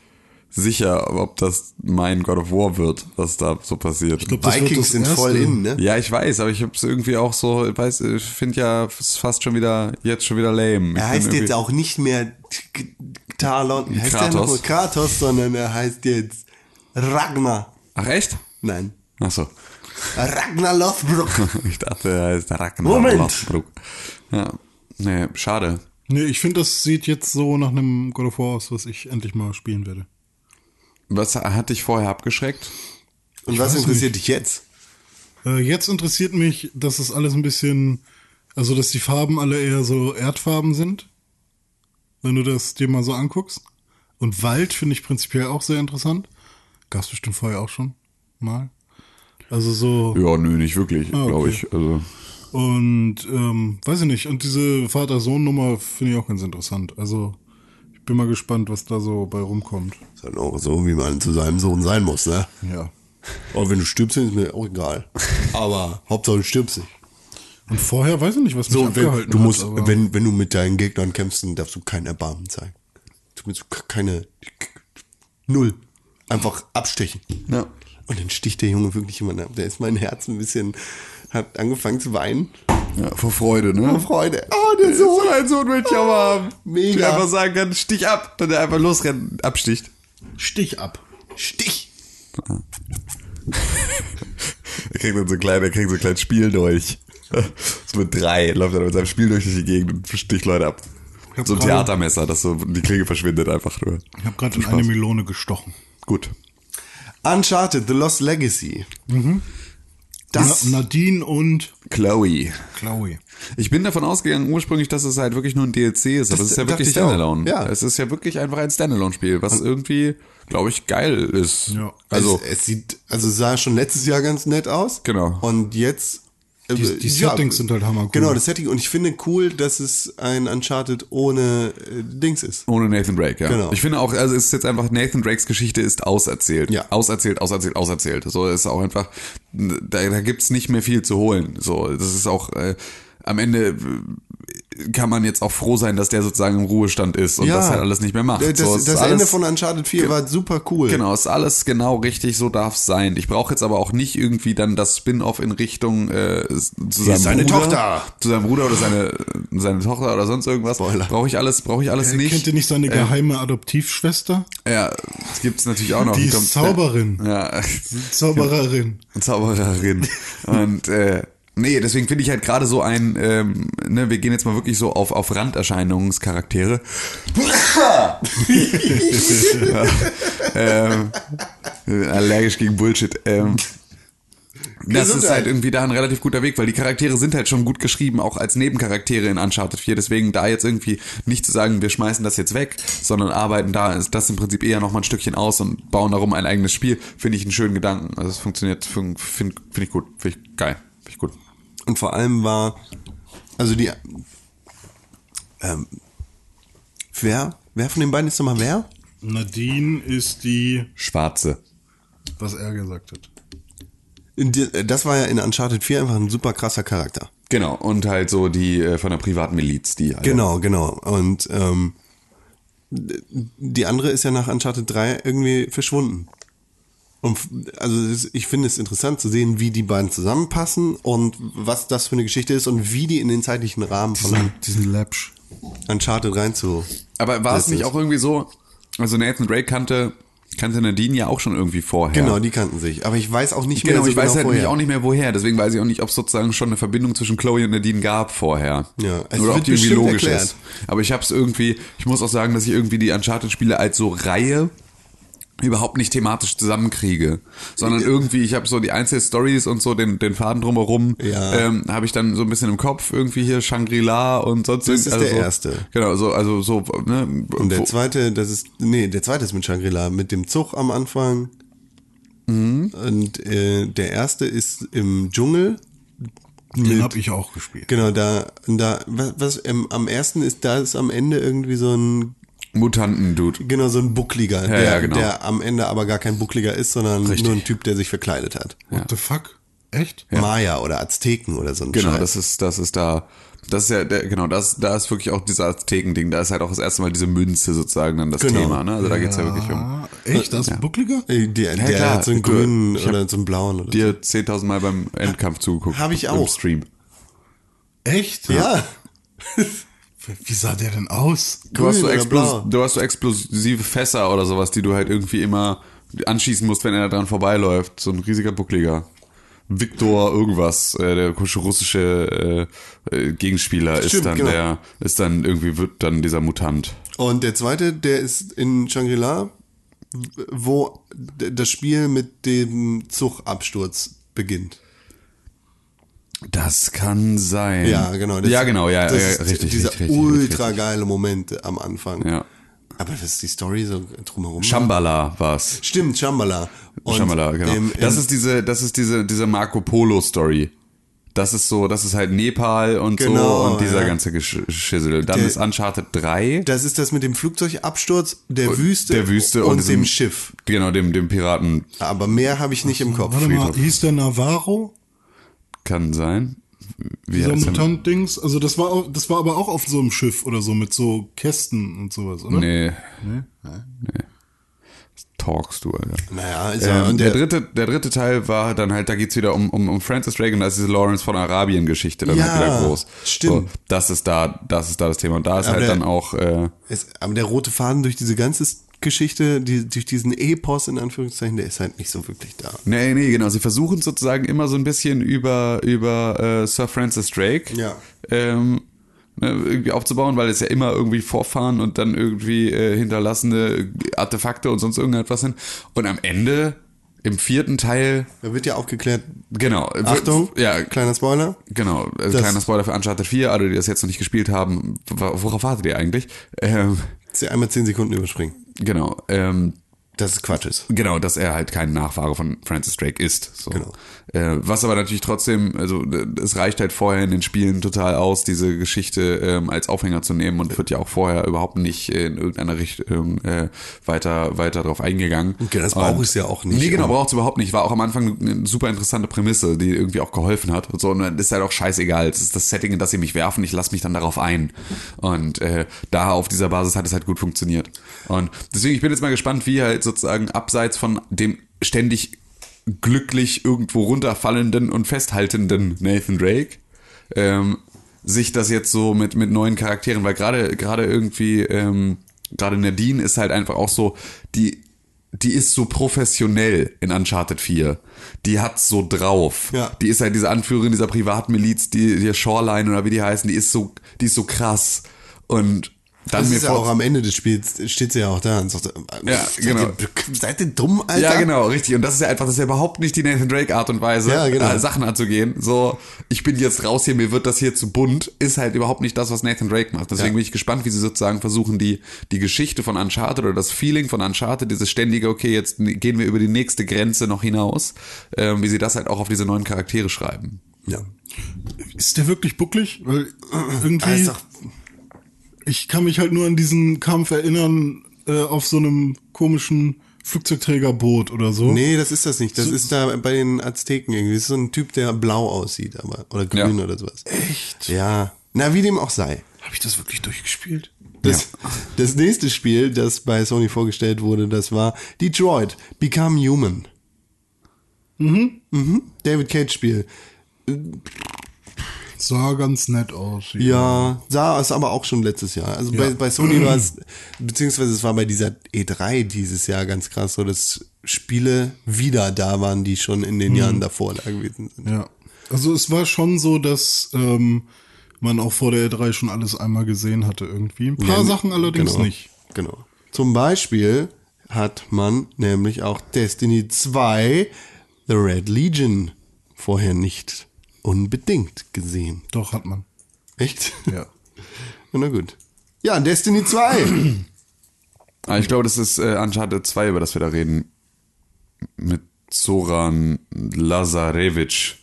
sicher, ob das mein God of War wird, was da so passiert.
glaub, das wird
Vikings
das
sind
erste.
voll in, ne?
Ja, ich weiß, aber ich hab's irgendwie auch so, ich weiß, ich finde ja es ist fast schon wieder, jetzt schon wieder lame. Ich
Er heißt
bin
jetzt
irgendwie-
auch nicht mehr T- K- Talon, heißt er
Kratos.
noch mal Kratos, sondern er heißt jetzt Ragnar.
Ach echt?
Nein,
Ach so.
Ragnar Lothbrok.
Ich dachte, er heißt Ragnar
Moment.
Lothbrok. Ja, nee, schade.
Nee, ich finde, das sieht jetzt so nach einem God of War aus, was ich endlich mal spielen werde.
Was hat dich vorher abgeschreckt?
Und was
weiß
interessiert dich jetzt?
Äh, jetzt interessiert mich, dass es alles ein bisschen, also dass die Farben alle eher so Erdfarben sind, wenn du das dir mal so anguckst. Und Wald finde ich prinzipiell auch sehr interessant. Gab es bestimmt vorher auch schon mal. Also so.
Ja, nö, nicht wirklich,
okay.
glaube ich. Also,
Und ähm, weiß ich nicht. Und diese Vater-Sohn-Nummer finde ich auch ganz interessant. Also ich bin mal gespannt, was da so bei rumkommt.
Ist halt auch so, wie man zu seinem Sohn sein muss, ne?
Ja.
Aber wenn du stirbst, ist mir auch egal. Aber Hauptsache du stirbst nicht.
Und vorher weiß ich nicht, was mich
So, wenn,
abgehalten
du
hat.
musst,
aber-
wenn, wenn du mit deinen Gegnern kämpfst, dann darfst du kein Erbarmen zeigen. Du musst keine Null. Einfach abstechen.
ja.
Und dann sticht der Junge wirklich jemanden ab. Da ist mein Herz ein bisschen, hat angefangen zu weinen.
ja, vor Freude, ne?
Oh, Freude. Oh, der
So
Sohn.
ein Sohn will ich aber haben.
mega.
Der einfach sagen kann, stich ab, dann der einfach losrennt, absticht.
Stich ab.
Stich.
Er kriegt dann so ein klein, er kriegt so ein kleines Spiel durch. So mit drei läuft er dann mit seinem Spiel durch die Gegend und sticht Leute ab.
hab
So ein
gerade-
Theatermesser, dass so die Klinge verschwindet einfach nur.
Ich habe gerade in eine Melone gestochen.
Gut.
Uncharted, The Lost Legacy.
Mhm.
Das.
Na, Nadine und
Chloe.
Chloe.
Ich bin davon ausgegangen ursprünglich, dass es halt wirklich nur ein DLC ist, aber es ist ja
dachte
wirklich
ich auch.
Standalone.
Ja.
Es ist ja wirklich einfach ein Standalone-Spiel, was irgendwie, glaube ich, geil ist.
Ja.
Also,
es, es sieht, also sah schon letztes Jahr ganz nett aus.
Genau.
Und jetzt. äh,
Die- die Settings sind halt hammercool.
Genau, das Setting. Und ich finde cool, dass es ein Uncharted ohne äh, Dings ist.
ohne Nathan Drake, ja.
Genau.
Ich finde auch, also es ist jetzt einfach, Nathan Drakes Geschichte ist auserzählt.
Ja.
Auserzählt, auserzählt, auserzählt. So ist auch einfach, da, da gibt's nicht mehr viel zu holen. So, das ist auch, äh, am Ende äh, kann man jetzt auch froh sein, dass der sozusagen im Ruhestand ist und
Ja. Äh,
das halt alles nicht mehr macht.
Das,
so, es
das,
ist
Ende
alles-
von Uncharted 4 war super cool.
Genau, ist alles genau richtig, so darf's sein. Ich brauche jetzt aber auch nicht irgendwie dann das Spin-off in Richtung äh, zu seinem
seine
Bruder,
Tochter.
zu seinem Bruder oder seine, seine Tochter oder sonst irgendwas.
Spoiler.
Brauche ich alles, brauche ich alles
Er
nicht.
Äh, kennt ihr nicht
äh,
seine geheime Adoptivschwester?
Ja, das gibt's natürlich auch noch.
Die ist
Kommt-
Zauberin.
Ja,
Zaubererin.
Zaubererin. Und äh, nee, deswegen finde ich halt gerade so ein, ähm, ne, wir gehen jetzt mal wirklich so auf, auf Randerscheinungscharaktere. ähm, allergisch gegen Bullshit. Ähm, das ist
Gesundheit.
halt irgendwie da ein relativ guter Weg, weil die Charaktere sind halt schon gut geschrieben, auch als Nebencharaktere in Uncharted 4. Deswegen da jetzt irgendwie nicht zu sagen, wir schmeißen das jetzt weg, sondern arbeiten da ist das im Prinzip eher nochmal ein Stückchen aus und bauen darum ein eigenes Spiel, finde ich einen schönen Gedanken. Also es funktioniert, finde find, find ich gut, finde ich geil, finde ich gut.
Und vor allem war, also die, ähm, wer, wer von den beiden ist nochmal wer?
Nadine ist die,
Schwarze.
was er gesagt hat.
In die- äh, Das war ja in Uncharted 4 einfach ein super krasser Charakter.
Genau, und halt so die äh, von der privaten Miliz, die alle-
Genau, genau. Und ähm, die andere ist ja nach Uncharted 3 irgendwie verschwunden. Und f- also es ist- ich finde es interessant zu sehen, wie die beiden zusammenpassen und was das für eine Geschichte ist und wie die in den zeitlichen Rahmen von
diesen Läppsch.
Uncharted reinzu.
Aber war es
Das
nicht
ist-
auch irgendwie so, also Nathan Drake kannte, kannte Nadine ja auch schon irgendwie vorher.
Genau, die kannten sich. Aber ich weiß auch nicht mehr
Genau,
so
ich weiß
genau
halt
vorher.
nämlich auch nicht mehr woher, deswegen weiß ich auch nicht, ob es sozusagen schon eine Verbindung zwischen Chloe und Nadine gab vorher.
Ja, es
Oder ob
wird
die irgendwie
bestimmt
logisch
erklärt.
ist. Aber ich habe es irgendwie, ich muss auch sagen, dass ich irgendwie die Uncharted-Spiele als so Reihe überhaupt nicht thematisch zusammenkriege, sondern irgendwie, ich habe so die Einzelstories und so den, den Faden drumherum,
Ja.
ähm, habe ich dann so ein bisschen im Kopf, irgendwie hier Shangri-La und sonst
Das
irgend-
ist
also
der
so,
erste.
Genau, so, also so, ne,
Und der
wo-
zweite, das ist, nee, der zweite ist mit Shangri-La, mit dem Zug am Anfang.
Mhm.
Und äh, der erste ist im Dschungel.
Den habe ich auch gespielt.
Genau, da, da, was, was ähm, am ersten ist, da ist am Ende irgendwie so ein,
Mutanten-Dude.
genau, so ein Buckliger, der,
ja, genau.
der am Ende aber gar kein Buckliger ist, sondern
Richtig.
nur ein Typ, der sich verkleidet hat.
What the fuck? Echt?
Maya oder Azteken oder so ein
Genau,
Scheiß.
das ist, das ist da, das ist ja, der, genau, das, da ist wirklich auch dieser Azteken-Ding, da ist halt auch das erste Mal diese Münze sozusagen dann das
Genau.
Thema, ne? Also da geht's ja wirklich um.
Ah, echt? Das ist ein Buckliger?
Äh, Der, der
klar,
hat so einen
du-
grünen
ich hab-
oder so einen blauen oder
Dir 10.000 Mal beim Endkampf zugeguckt.
Hab ich
Im
auch.
Stream.
Echt?
so. Ja,
Wie sah der denn aus?
Du hast, so
Grün oder blau?
Explos du hast so explosive Fässer oder sowas, die du halt irgendwie immer anschießen musst, wenn einer dran vorbeiläuft. So ein riesiger Buckliger. Viktor irgendwas, äh, der russische äh, äh, Gegenspieler ist
Stimmt,
dann
genau.
der, ist dann irgendwie wird dann dieser Mutant.
Und der zweite, der ist in Shangri-La, w- wo d- das Spiel mit dem Zugabsturz beginnt.
Das kann sein.
Ja, genau.
ja, genau, ja,
das
ja
ist
richtig,
Dieser
richtig, richtig,
ultra
richtig.
geile Moment am Anfang.
Ja.
Aber das ist die Story so drumherum.
Shambhala war's.
Stimmt, Shambhala. Und ähm,
Shambhala, genau.
im- im-
das ist diese, das ist diese, diese Marco Polo Story. Das ist so, das ist halt Nepal und
Genau,
so und dieser
ja.
ganze Gesch- Schissel. Dann
Der-
ist Uncharted 3,
das ist das mit dem Flugzeugabsturz, der Wüste,
der Wüste und
und,
diesem-
dem Schiff.
genau, dem, dem Piraten
Aber mehr habe ich nicht im Kopf.
Warte mal,
Friedhof.
hieß der Navarro?
kann sein. Wie
Dieser
heißt er?
Mutant-Dings? Also das war, auch- das war aber auch auf so einem Schiff oder so mit so Kästen und sowas, oder?
Nee. Nee. Was Talkst du, Alter.
Naja, ist ja,
Ähm,
und
der,
der,
dritte, der dritte Teil war dann halt, da geht's wieder um, um, um Francis Reagan, da ist diese Lawrence von Arabien-Geschichte dann
Ja,
halt wieder groß.
stimmt.
So, das ist da, das ist da das Thema. Und da ist
Aber
halt
der-
dann auch, äh,
Es, aber der rote Faden durch diese ganze Geschichte, die, durch diesen Epos in Anführungszeichen, der ist halt nicht so wirklich da.
nee, nee, genau. Sie versuchen sozusagen immer so ein bisschen über, über äh, Sir Francis Drake
Ja.
ähm, ne, irgendwie aufzubauen, weil es ja immer irgendwie Vorfahren und dann irgendwie äh, hinterlassene Artefakte und sonst irgendetwas sind. Und am Ende, im vierten Teil,
Da wird ja aufgeklärt,
genau. wird-
Achtung,
Ja,
kleiner Spoiler,
Genau, also
Das-
kleiner Spoiler für Uncharted 4, alle, die das jetzt noch nicht gespielt haben, wo- worauf wartet ihr eigentlich? Ähm,
sie einmal 10 Sekunden überspringen.
genau, ähm,
Das ist Quatsch ist.
genau, dass er halt kein Nachfahre von Francis Drake ist. So.
Genau.
Äh, was aber natürlich trotzdem, also äh, es reicht halt vorher in den Spielen total aus, diese Geschichte ähm, als Aufhänger zu nehmen und wird ja auch vorher überhaupt nicht äh, in irgendeiner Richtung äh, weiter, weiter drauf eingegangen.
Okay, das
Und-
braucht es ja auch nicht. um
Nee, genau,
Aber-
braucht es überhaupt nicht. War auch am Anfang eine super interessante Prämisse, die irgendwie auch geholfen hat. Und so, und dann ist halt auch scheißegal. Es ist das Setting, in das sie mich werfen. Ich lasse mich dann darauf ein. Und äh, da auf dieser Basis hat es halt gut funktioniert. Und deswegen, ich bin jetzt mal gespannt, wie halt sozusagen abseits von dem ständig glücklich irgendwo runterfallenden und festhaltenden Nathan Drake ähm, sich das jetzt so mit, mit neuen Charakteren, weil gerade gerade irgendwie, ähm, gerade Nadine ist halt einfach auch so, die, die ist so professionell in Uncharted 4. Die hat's so drauf.
Ja.
Die ist halt diese Anführerin dieser Privatmiliz, die, die Shoreline oder wie die heißen, die ist so, die ist so krass. Und dann
Das
mir
Also ist ja
vor-
auch am Ende des Spiels, steht sie ja auch da und sagt, äh,
Ja,
seid,
genau.
ihr, seid ihr dumm, Alter?
Ja, genau, richtig. Und das ist ja einfach, das ist ja überhaupt nicht die Nathan Drake Art und Weise,
Ja, genau.
äh, Sachen anzugehen. So, ich bin jetzt raus hier, mir wird das hier zu bunt, ist halt überhaupt nicht das, was Nathan Drake macht. Deswegen
Ja.
bin ich gespannt, wie sie sozusagen versuchen, die, die Geschichte von Uncharted oder das Feeling von Uncharted, dieses ständige, okay, jetzt n- gehen wir über die nächste Grenze noch hinaus, ähm, wie sie das halt auch auf diese neuen Charaktere schreiben.
Ja.
Ist der wirklich bucklig? Weil äh,
Ah,
irgendwie,
ist doch,
ich kann mich halt nur an diesen Kampf erinnern äh, auf so einem komischen Flugzeugträgerboot oder so.
nee, das ist das nicht. Das ist da bei den Azteken irgendwie. Das ist so ein Typ, der blau aussieht, aber, oder grün
Ja.
oder sowas. Echt? Ja. Na, wie dem auch sei.
Habe ich das wirklich durchgespielt?
Das, das nächste Spiel, das bei Sony vorgestellt wurde, das war Detroit Become Human. Mhm. Mhm. David Cage Spiel.
Sah ganz nett aus.
Ja, sah es aber auch schon letztes Jahr. Also bei, bei Sony war es, beziehungsweise es war bei dieser E3 dieses Jahr ganz krass so, dass Spiele wieder da waren, die schon in
Mhm.
den Jahren davor da gewesen sind.
Ja. Also es war schon so, dass ähm, man auch vor der E E3 schon alles einmal gesehen hatte irgendwie. Ein paar Sachen allerdings
genau.
nicht.
Genau. Zum Beispiel hat man nämlich auch Destiny 2 The Red Legion vorher nicht unbedingt gesehen.
Doch, hat man.
Echt?
Ja.
Na gut. Ja, Destiny 2.
Aber
Mhm.
ich glaube, das ist äh, Uncharted 2, über das wir da reden. Mit Zoran Lazarevich.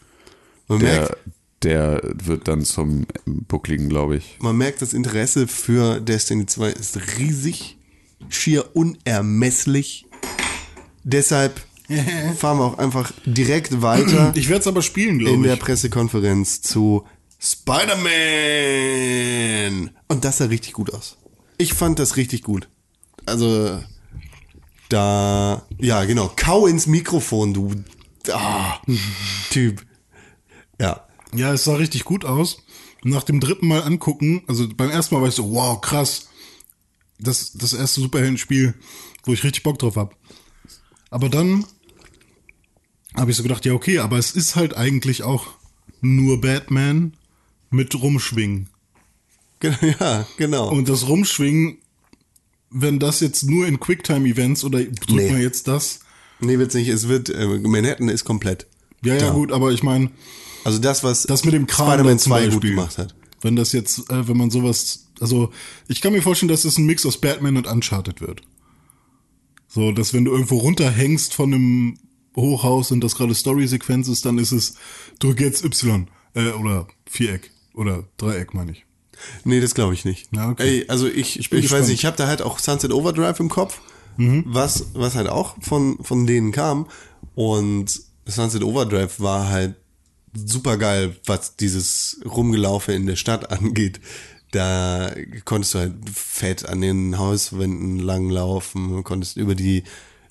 Man merkt,
Der, der wird dann zum Buckligen, glaube ich.
man merkt, das Interesse für Destiny 2 ist riesig, schier unermesslich. Deshalb fahren wir auch einfach direkt weiter
Ich werde es aber
in
spielen, glaube
der
ich.
Pressekonferenz zu Spider-Man. Und das sah richtig gut aus. Ich fand das richtig gut. Also, da, ja, genau. Kau ins Mikrofon, du ah, Typ. Ja.
Ja, es sah richtig gut aus. Nach dem dritten Mal angucken, also beim ersten Mal war ich so, wow, krass. Das, das erste Superheldenspiel, wo ich richtig Bock drauf hab. Aber dann habe ich so gedacht, ja, okay, aber es ist halt eigentlich auch nur Batman mit Rumschwingen.
Genau, ja, genau.
Und das Rumschwingen, wenn das jetzt nur in Quicktime-Events oder drück
Nee.
mal jetzt das.
nee, wird's nicht. Es wird, äh, Manhattan ist komplett.
Ja, ja,
Da.
gut, aber ich meine,
Also das, was
das mit dem Kran
Spider-Man
da zum
2 gut
Beispiel.
gemacht hat.
Wenn das jetzt, äh, wenn man sowas, also ich kann mir vorstellen, dass es ein Mix aus Batman und Uncharted wird. So, dass wenn du irgendwo runterhängst von einem Hochhaus und das gerade Story-Sequenz ist, dann ist es, drück jetzt Y äh, oder Viereck oder Dreieck, meine ich.
Nee, das glaube ich nicht.
Na, okay.
Ey, also ich, ich,
bin
weiß
gespannt. Mhm.
nicht, ich habe da halt auch Sunset Overdrive im Kopf, was, was halt auch von, von denen kam. Und Sunset Overdrive war halt super geil, was dieses Rumgelaufe in der Stadt angeht. Da konntest du halt fett an den Hauswänden langlaufen, konntest über die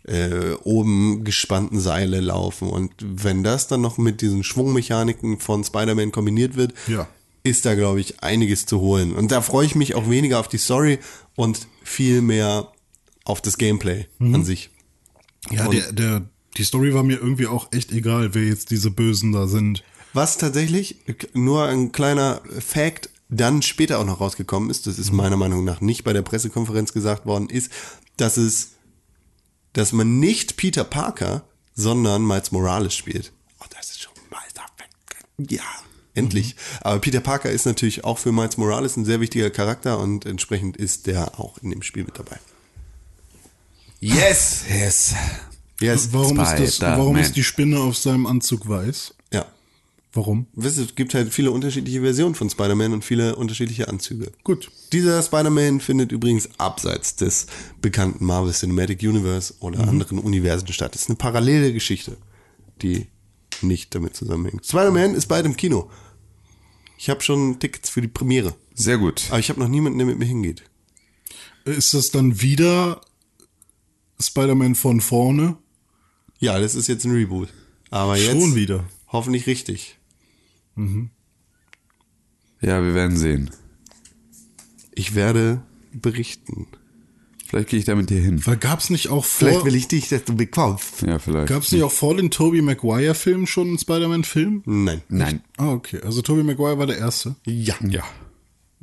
äh, oben gespannten Seile laufen. Und wenn das dann noch mit diesen Schwungmechaniken von Spider-Man kombiniert wird,
Ja.
ist da, glaube ich, einiges zu holen. Und da freue ich mich auch weniger auf die Story und viel mehr auf das Gameplay an sich.
Ja, der, der, die Story war mir irgendwie auch echt egal, wer jetzt diese Bösen da sind.
Was tatsächlich nur ein kleiner Fact dann später auch noch rausgekommen ist, das ist meiner Meinung nach nicht bei der Pressekonferenz gesagt worden, ist, dass es, dass man nicht Peter Parker, sondern Miles Morales spielt. Oh, das ist schon Meisterwerk. Ja, Mhm. endlich. Aber Peter Parker ist natürlich auch für Miles Morales ein sehr wichtiger Charakter und entsprechend ist der auch in dem Spiel mit dabei.
Yes! Yes.
Yes.
Warum ist das,
Spider-Man.
warum ist die Spinne auf seinem Anzug weiß?
Ja.
Warum?
Wisst ihr, Es gibt halt viele unterschiedliche Versionen von Spider-Man und viele unterschiedliche Anzüge.
Gut.
Dieser Spider-Man findet übrigens abseits des bekannten Marvel Cinematic Universe oder anderen Universen statt. Das ist eine parallele Geschichte, die nicht damit zusammenhängt. Spider-Man ist bald im Kino. Ich habe schon Tickets für die Premiere,
Sehr gut.
aber ich habe noch niemanden, der mit mir hingeht.
Ist das dann wieder Spider-Man von vorne?
Ja, das ist jetzt ein Reboot. Aber jetzt
Schon wieder.
hoffentlich richtig.
Ja, wir werden sehen.
Ich werde berichten.
Vielleicht gehe ich da mit dir hin.
Weil gab's nicht auch
Vielleicht
vor,
will ich dich, dass du bekommst.
Ja, vielleicht.
gab's nicht auch vor den Tobey Maguire Filmen schon einen Spider-Man-Film?
Nein.
Nein.
Ah, okay. Also Tobey Maguire war der erste.
Ja.
Ja.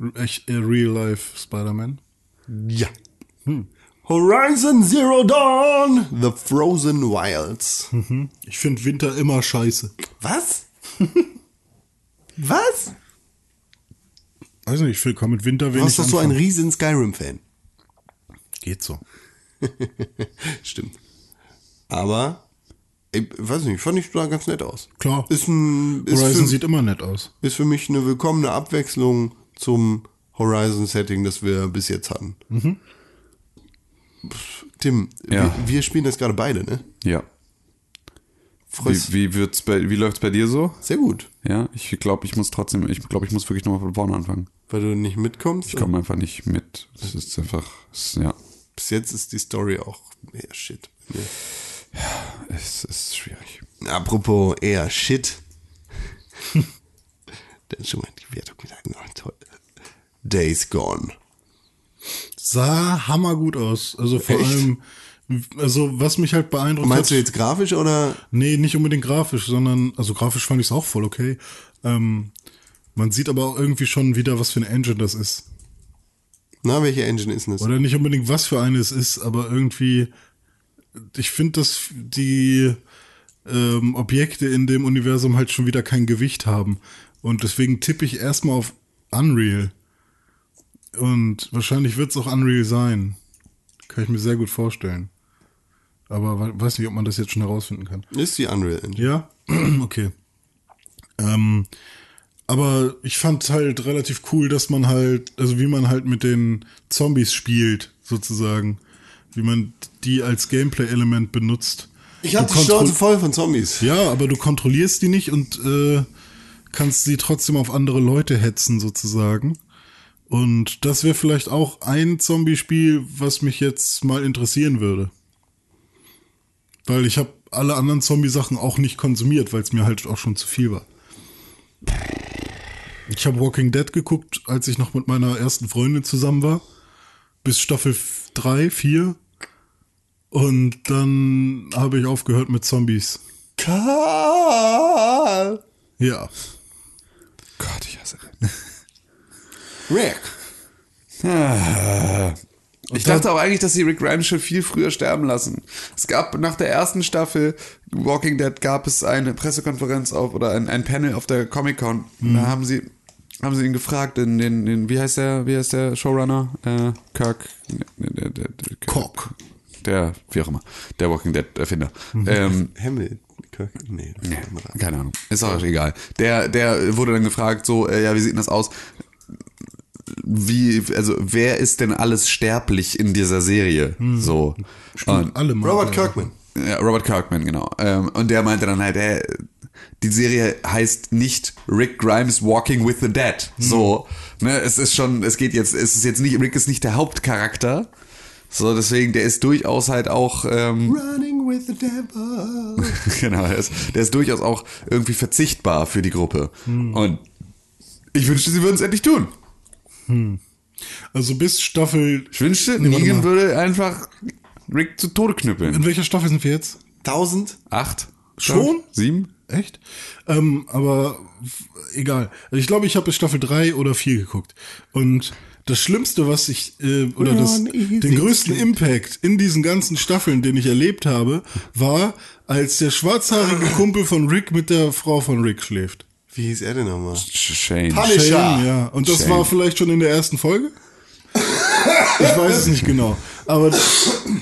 R- Echt äh, Real-Life Spider-Man.
Ja. Horizon Zero Dawn, The Frozen Wilds.
Ich finde Winter immer scheiße.
Was? Was?
Weiß nicht, ich find- komm mit Winter wenig
Was doch so ein
anfangen.
riesen Skyrim-Fan?
Geht so.
Stimmt. Aber, ich weiß nicht, fand ich da ganz nett aus.
Klar.
Ist, ein, ist,
Horizon
für,
sieht immer nett aus.
ist für mich eine willkommene Abwechslung zum Horizon-Setting, das wir bis jetzt hatten. Pff, Tim,
Ja.
wir, wir spielen das gerade beide, ne?
Ja.
Freust-
Wie, wie, wird's bei, wie läuft's bei dir so?
Sehr gut,
Ja, ich glaube, ich muss trotzdem, ich glaube, ich muss wirklich nochmal von vorne anfangen.
weil du nicht mitkommst.
Ich komme einfach nicht mit. Es ist einfach, es, ja,
bis jetzt ist die Story auch eher shit.
es ist schwierig.
Apropos eher shit. Dann schon mal die Wertung gesagt. Na, toll. Days Gone.
Sah hammergut aus. Also vor
Echt?
allem, also was mich halt beeindruckt
Meinst du
hat.
jetzt grafisch oder?
Nee, nicht unbedingt grafisch, sondern, also grafisch fand ich es auch voll okay. Ähm, man sieht aber auch irgendwie schon wieder, was für eine Engine das ist.
Na, welche Engine ist denn das?
Oder nicht unbedingt, was für eine es ist, aber irgendwie ich finde, dass die ähm, Objekte in dem Universum halt schon wieder kein Gewicht haben. Und deswegen tippe ich erstmal auf Unreal. Und wahrscheinlich wird es auch Unreal sein. Kann ich mir sehr gut vorstellen. Aber we- weiß nicht, ob man das jetzt schon herausfinden kann.
Ist die Unreal Engine.
Ja, okay. Ähm, aber ich fand halt relativ cool, dass man halt, also wie man halt mit den Zombies spielt, sozusagen. Wie man die als Gameplay-Element benutzt.
Ich hab
Du
die
kontroll-
Schnauze voll von Zombies.
Ja, aber du kontrollierst die nicht und äh, kannst sie trotzdem auf andere Leute hetzen, sozusagen. Und das wäre vielleicht auch ein Zombie-Spiel, was mich jetzt mal interessieren würde. Weil ich habe alle anderen Zombie-Sachen auch nicht konsumiert, weil es mir halt auch schon zu viel war. Ich habe Walking Dead geguckt, als ich noch mit meiner ersten Freundin zusammen war. Bis Staffel 3, 4. Und dann habe ich aufgehört mit Zombies.
Karl!
Ja.
Gott, ich hasse.
Rick!
Ah. Ich dachte auch eigentlich, dass sie Rick Grimes schon viel früher sterben lassen. Es gab nach der ersten Staffel Walking Dead gab es eine Pressekonferenz auf oder ein, ein Panel auf der Comic Con. Da haben sie haben sie ihn gefragt, den, den, den wie heißt der wie heißt der Showrunner äh, Kirk ne, ne, der, der,
Cock.
der wie auch immer der Walking Dead Erfinder. Ähm,
Hemmel. Kirk- Nee, das ist ein anderer.
keine Ahnung. Ist auch egal. Der, der wurde dann gefragt, so, äh, ja, wie sieht denn das aus? Wie, also, wer ist denn alles sterblich in dieser Serie? So. Und,
Hm. Alle mal.
Robert Kirkman.
ja, Robert Kirkman, genau. Ähm, und der meinte dann halt, äh, die Serie heißt nicht Rick Grimes Walking with the Dead.
Hm.
So. Ne, es ist schon, es geht jetzt, es ist jetzt nicht, Rick ist nicht der Hauptcharakter. So, deswegen, der ist durchaus halt auch. Ähm,
Running with the devil.
genau, der ist, der ist durchaus auch irgendwie verzichtbar für die Gruppe.
Hm.
Und ich wünschte, sie würden es endlich tun.
Also bis Staffel.
Ich wünschte,
Nee, warte
Negan
mal.
würde einfach Rick zu Tode knüppeln.
In welcher Staffel sind wir jetzt?
1000?
Acht?
Schon?
Sieben?
Echt? Ähm, aber f- egal. Also ich glaube, ich habe bis Staffel 3 oder 4 geguckt. Und das Schlimmste, was ich, äh, oder das,
on easy
den größten
street.
Impact in diesen ganzen Staffeln, den ich erlebt habe, war, als der schwarzhaarige Kumpel von Rick mit der Frau von Rick schläft.
Wie hieß er denn nochmal?
Shane.
Punisher.
Shane, ja. Und das
Shane.
war vielleicht schon in der ersten Folge? Ich weiß es nicht genau. Aber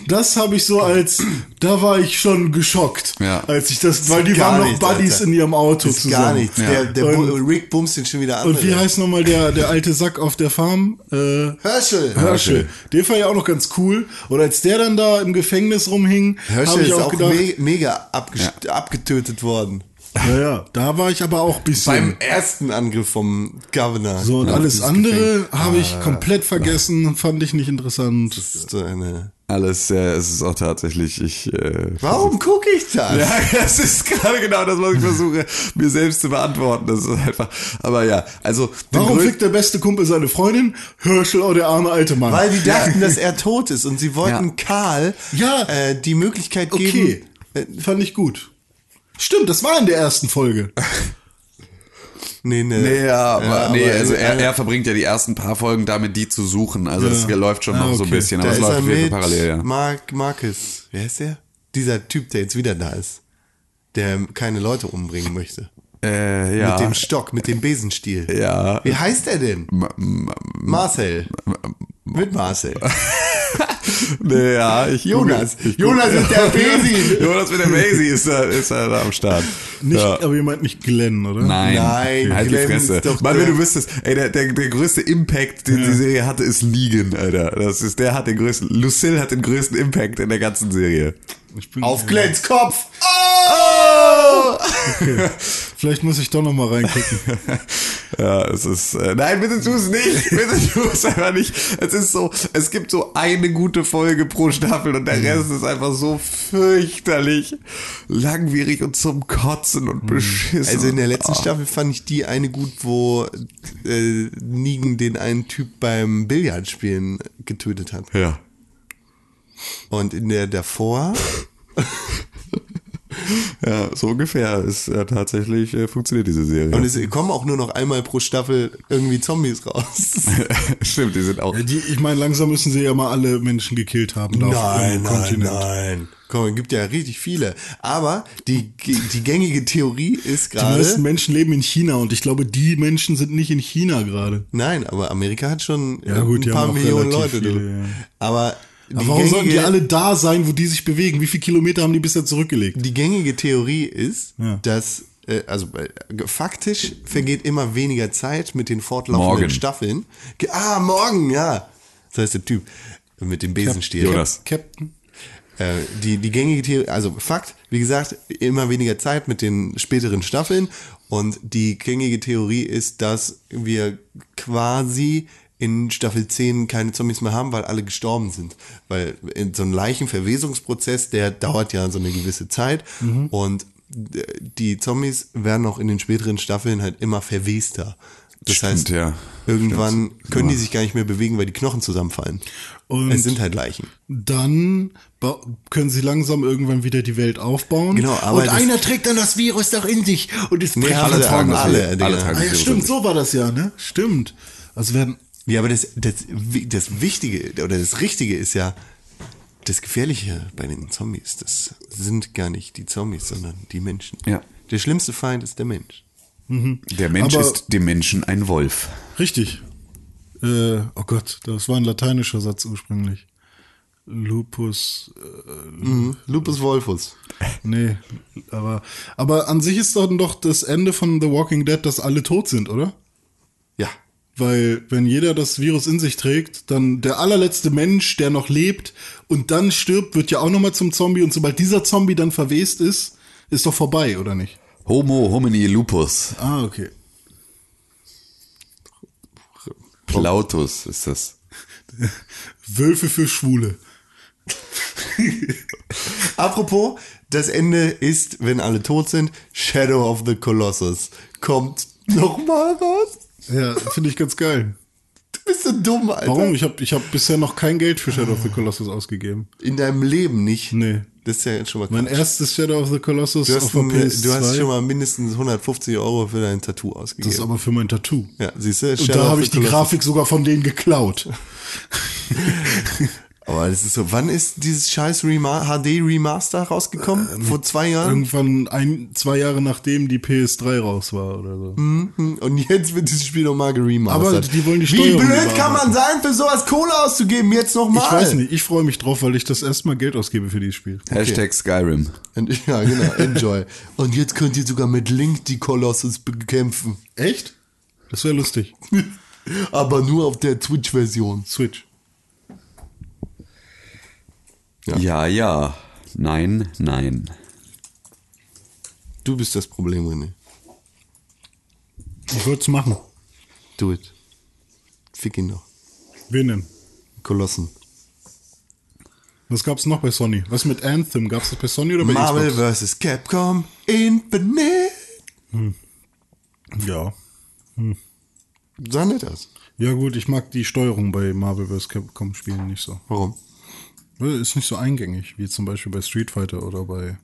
das habe ich so als, da war ich schon geschockt,
Ja.
als ich das, weil
Ist
die
gar
waren noch
nichts,
Buddies
Alter.
in ihrem Auto
Ist
zusammen.
gar nichts.
Ja.
Der, der
Und-
Bu- Rick bumst ihn schon wieder an.
Und wie
Alter.
heißt nochmal der, der alte Sack auf der Farm? Äh,
Herschel.
Herschel. Der war ja auch noch ganz cool. Und als der dann da im Gefängnis rumhing, habe
Herschel
ich
ist
auch,
auch
gedacht,
me mega abgest- abgetötet worden.
ja, ja, da war ich aber auch ein bisschen.
Beim ersten Angriff vom Governor.
so, und alles andere habe ich
Ah,
komplett vergessen, fand ich nicht interessant.
Das ist so eine
Alles, ja, es ist auch tatsächlich, ich. Äh,
Warum gucke ich das?
Ja, das ist gerade genau das, was ich versuche, mir selbst zu beantworten. Das ist einfach. Aber ja, also. den
Warum
grö-
fickt der beste Kumpel seine Freundin? Herschel, oh, der arme alte Mann.
Weil die dachten, dass er tot ist und sie wollten
Ja.
Karl
Ja.
äh, die Möglichkeit
okay,
geben. Äh,
fand ich gut. Stimmt, das war in der ersten Folge.
nee, nee.
Nee, ja, aber,
aber
nee, also
in
er,
einer-
er verbringt ja die ersten paar Folgen damit, die zu suchen. Also das
Ja.
läuft schon
Ah,
noch so ein
okay.
bisschen, aber
da
es
ist
Genau, läuft
er
auf jeden
mit
Fall parallel, ja.
Mark, Marcus. Wer ist der? Dieser Typ, der jetzt wieder da ist. Der keine Leute umbringen möchte.
Äh, ja.
Mit dem Stock, mit dem Besenstiel.
ja.
Wie heißt er denn? Marcel. Mit Marcel.
Nee, ja, ich
Jonas.
gucke- ich
Jonas
gucke-
mit der Basie.
Jonas mit der Basie ist da, ist da, da am Start.
Nicht,
ja.
aber ihr meint nicht Glenn, oder?
Nein,
Nein,
halt die
Glenn ist
Fresse.
doch
Mann,
der-
wenn du wüsstest, ey, der, der, der größte Impact, den die Serie hatte, ist Negan, Alter. Das ist, der hat den größten, Lucille hat den größten Impact in der ganzen Serie.
Ich bin,
Auf Glens Kopf.
Oh!
Vielleicht muss ich doch noch mal reingucken.
Ja, es ist. Äh, nein, bitte tu es nicht. Bitte tu es einfach nicht. Es ist so, es gibt so eine gute Folge pro Staffel und
Mhm.
der Rest ist einfach so fürchterlich langwierig und zum Kotzen und beschissen.
Also in der letzten
Ah.
Staffel fand ich die eine gut, wo äh, Negan den einen Typ beim Billardspielen getötet hat.
Ja.
Und in der davor
Ja, so ungefähr ist äh, tatsächlich äh, funktioniert diese Serie.
Und es kommen auch nur noch einmal pro Staffel irgendwie Zombies raus.
Stimmt, die sind auch.
Ja, die, ich meine, langsam müssen sie ja mal alle Menschen gekillt haben. da auf
Nein,
irgendeinem
nein, nein. Komm, es gibt ja richtig viele. Aber die, die gängige Theorie ist
Die meisten
gerade.
Menschen leben in China und ich glaube, die Menschen sind nicht in China gerade.
Nein, aber Amerika hat schon
Ja, gut, die
ein paar
haben auch
Millionen Leute.
relativ
du.
viele, ja.
Aber die,
Aber warum
gängige,
sollten die alle da sein, wo die sich bewegen? Wie viele Kilometer haben die bisher zurückgelegt?
die gängige Theorie ist,
Ja.
dass äh, also äh, faktisch vergeht immer weniger Zeit mit den fortlaufenden
Morgen.
Staffeln. Ge- Ah, morgen, ja. Das heißt der Typ mit dem Besenstiel.
Jonas.
Captain?
Äh, die, die gängige Theorie, also Fakt, wie gesagt, immer weniger Zeit mit den späteren Staffeln. Und die gängige Theorie ist, dass wir quasi in Staffel 10 keine Zombies mehr haben, weil alle gestorben sind. Weil in so einem Leichenverwesungsprozess, der dauert ja so eine gewisse Zeit.
Mhm.
Und d- die Zombies werden auch in den späteren Staffeln halt immer verwester. Das
Stimmt,
heißt,
ja.
irgendwann
Stimmt.
können die
Ja.
sich gar nicht mehr bewegen, weil die Knochen zusammenfallen.
Und-
es sind halt Leichen.
Dann ba- können sie langsam irgendwann wieder die Welt aufbauen.
Genau, aber
und
das-
einer trägt dann das Virus doch in sich und es bringt
haben
alle
sie
Fragen
alle,
alle.
alle,
alle
Digga.
tragen
Ah, ja,
Virus
stimmt,
in
so war das ja, ne? Stimmt. Also werden
Ja, aber das, das, Wi- das Wichtige oder das Richtige ist ja, das Gefährliche bei den Zombies, das sind gar nicht die Zombies, sondern die Menschen.
Ja.
Der schlimmste Feind ist der Mensch.
sich. Der Mensch
Aber-
ist dem Menschen ein Wolf.
Richtig. Äh, oh Gott, das war ein lateinischer Satz ursprünglich. Lupus. äh,
Mhm. Lupus Wolfus.
Nee, aber, aber an sich ist dann doch das Ende von The Walking Dead, dass alle tot sind, oder?
Ja.
Weil wenn jeder das Virus in sich trägt, dann der allerletzte Mensch, der noch lebt und dann stirbt, wird ja auch nochmal zum Zombie. Und sobald dieser Zombie dann verwest ist, ist doch vorbei, oder nicht?
Homo homini lupus.
Ah, okay.
Plautus ist das.
Wölfe für Schwule.
Apropos, das Ende ist, wenn alle tot sind, Shadow of the Colossus. Kommt nochmal raus?
Ja, finde ich ganz geil.
Du bist so dumm, Alter.
Warum? Ich habe ich hab bisher noch kein Geld für Shadow of the Colossus ausgegeben.
In deinem Leben nicht.
Nee.
Das ist ja jetzt schon mal
Mein
Quatsch.
erstes Shadow of the Colossus
du,
auf
hast
der
ein,
PS2.
du hast schon mal mindestens 150 Euro für dein Tattoo
das ist
ausgegeben.
aber für mein Tattoo.
Ja, siehst du?
Und da habe ich die Grafik sogar von denen geklaut.
Aber das ist so, wann ist dieses scheiß Rema HD Remaster rausgekommen? Vor zwei Jahren?
Irgendwann ein, zwei Jahre nachdem die PS3 raus war oder so.
Hm, Und jetzt wird dieses Spiel nochmal geremastert.
Aber die wollen die
Wie
Steuerung
blöd kann man
überarbeiten.
sein, für sowas Kohle auszugeben? Jetzt nochmal.
Ich weiß nicht, ich freue mich drauf, weil ich das erstmal Geld ausgebe für dieses Spiel.
Hashtag Skyrim.
Und, ja, genau, enjoy. Und jetzt könnt ihr sogar mit Link die Colossus bekämpfen.
Echt? Das wäre lustig.
Aber nur auf der Twitch-Version.
Switch.
Ja.
Ja. ja, Nein, nein.
Du bist das Problem, René.
Ich würde es machen.
Do it. Fick ihn noch.
Wen denn?
Kolossen.
Was gab's noch bei Sony? Was mit Anthem? Gab's das bei Sony oder bei
Marvel
Xbox?
vs. Capcom Infinite.
Ja.
Sah nicht aus.
Ja gut, ich mag die Steuerung bei Marvel vs. Capcom Spielen nicht so.
Warum?
Ist nicht so eingängig, wie zum Beispiel bei Street Fighter oder bei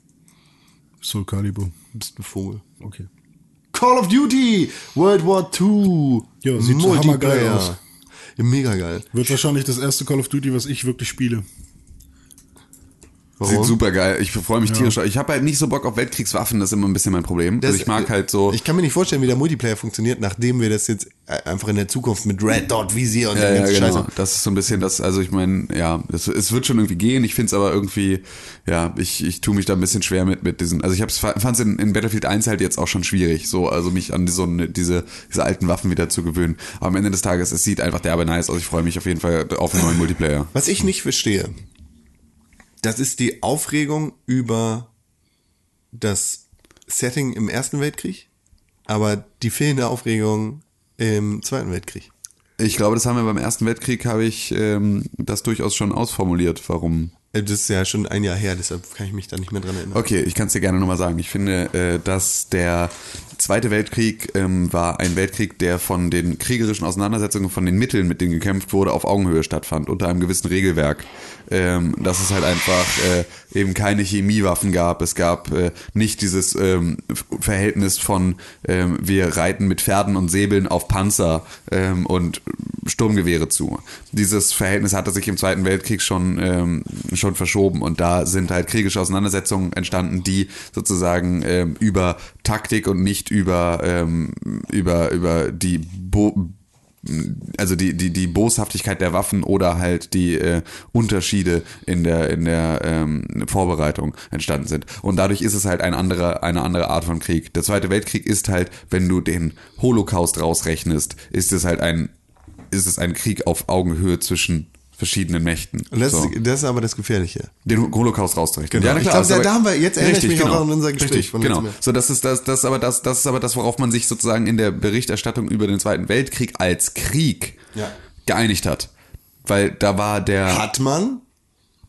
Soul Calibur.
Du bist ein Vogel.
Okay.
Call of Duty World War II.
Ja, sieht so hammergeil aus.
Ja, mega geil.
Wird wahrscheinlich das erste Call of Duty, was ich wirklich spiele.
Warum?
Sieht super geil. Ich freue mich tierisch. Ich habe halt nicht so Bock auf Weltkriegswaffen, das ist immer ein bisschen mein Problem. also ich mag halt so.
Ich kann mir nicht vorstellen, wie der Multiplayer funktioniert, nachdem wir das jetzt äh, einfach in der Zukunft mit Red Dot Visier und
ja,
dem
ja,
ganzen
genau.
Scheiß.
Das ist so ein bisschen das, also ich meine, ja, es, es wird schon irgendwie gehen. Ich finde es aber irgendwie, ja, ich, ich tue mich da ein bisschen schwer mit, mit diesen. Also ich hab's, fand es in, in Battlefield 1 halt jetzt auch schon schwierig, so, also mich an so eine, diese, diese alten Waffen wieder zu gewöhnen. Aber am Ende des Tages, es sieht einfach derbe nice aus. Ich freue mich auf jeden Fall auf einen neuen Multiplayer.
Was ich nicht verstehe, das ist die Aufregung über das Setting im Ersten Weltkrieg, aber die fehlende Aufregung im Zweiten Weltkrieg.
Ich glaube, das haben wir beim Ersten Weltkrieg, habe ich ähm, das durchaus schon ausformuliert, warum
Äh, Das ist ja schon ein Jahr her, deshalb kann ich mich da nicht mehr dran erinnern.
Okay, ich kann es dir gerne nochmal sagen. Ich finde, äh, dass der Zweite Weltkrieg ähm, war ein Weltkrieg, der von den kriegerischen Auseinandersetzungen, von den Mitteln, mit denen gekämpft wurde, auf Augenhöhe stattfand, unter einem gewissen Regelwerk. Ähm, dass es halt einfach äh, eben keine Chemiewaffen gab. Es gab äh, nicht dieses ähm, F- Verhältnis von ähm, wir reiten mit Pferden und Säbeln auf Panzer ähm, und Sturmgewehre zu. Dieses Verhältnis hatte sich im Zweiten Weltkrieg schon, ähm, schon verschoben und da sind halt kriegische Auseinandersetzungen entstanden, die sozusagen ähm, über Taktik und nicht über, ähm, über, über die Bo also die, die, die Boshaftigkeit der Waffen oder halt die äh, Unterschiede in der, in der ähm, Vorbereitung entstanden sind. Und dadurch ist es halt ein anderer, eine andere Art von Krieg. Der Zweite Weltkrieg ist halt, wenn du den Holocaust rausrechnest, ist es halt ein, ist es ein Krieg auf Augenhöhe zwischen verschiedenen Mächten.
Und das,
So.
ist, das ist aber das Gefährliche.
Den Holocaust rauszurechnen.
Genau. Ich glaub,
ist aber-
da haben wir- jetzt erinnere ich mich auch
genau.
an unser Gespräch
Richtig,
von
genau.
letztem Jahr.
So, das ist das, das ist aber das, das ist aber das, worauf man sich sozusagen in der Berichterstattung über den Zweiten Weltkrieg als Krieg
Ja.
geeinigt hat. Weil da war der.
Hat man?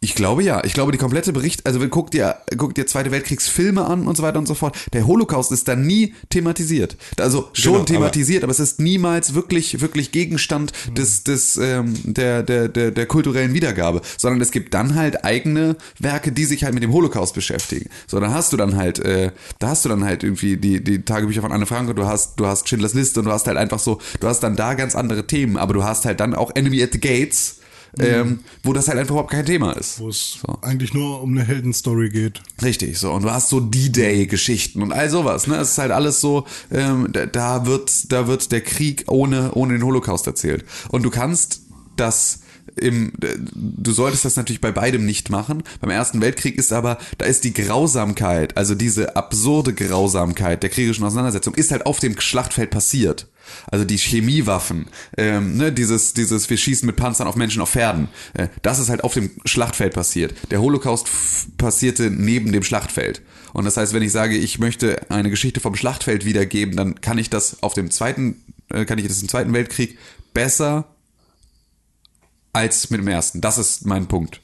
Ich glaube ja. Ich glaube, die komplette Bericht, also guck dir, guck dir Zweite Weltkriegsfilme an und so weiter und so fort. Der Holocaust ist da nie thematisiert. Also schon
Genau, aber-
thematisiert, aber, es ist niemals wirklich, wirklich Gegenstand des, des, ähm, der, der, der, der kulturellen Wiedergabe, sondern es gibt dann halt eigene Werke, die sich halt mit dem Holocaust beschäftigen. So, dann hast du dann halt, äh, da hast du dann halt irgendwie die, die Tagebücher von Anne Frank und du hast, du hast Schindlers Liste und du hast halt einfach so, du hast dann da ganz andere Themen, aber du hast halt dann auch Enemy at the Gates. Ähm, wo das halt einfach überhaupt kein Thema ist.
Wo es eigentlich nur um eine Heldenstory geht.
Richtig, so. Und du hast so D-Day-Geschichten und all sowas, ne? Es ist halt alles so, ähm, da, da wird, da wird der Krieg ohne, ohne den Holocaust erzählt. Und du kannst das im, äh, du solltest das natürlich bei beidem nicht machen. Beim Ersten Weltkrieg ist aber, da ist die Grausamkeit, also diese absurde Grausamkeit der kriegerischen Auseinandersetzung, ist halt auf dem Schlachtfeld passiert. Also die Chemiewaffen, ähm, ne, dieses, dieses, wir schießen mit Panzern auf Menschen auf Pferden. Äh, das ist halt auf dem Schlachtfeld passiert. Der Holocaust f- passierte neben dem Schlachtfeld. Und das heißt, wenn ich sage, ich möchte eine Geschichte vom Schlachtfeld wiedergeben, dann kann ich das auf dem zweiten, äh, kann ich das im Zweiten Weltkrieg besser als mit dem ersten. Das ist mein Punkt,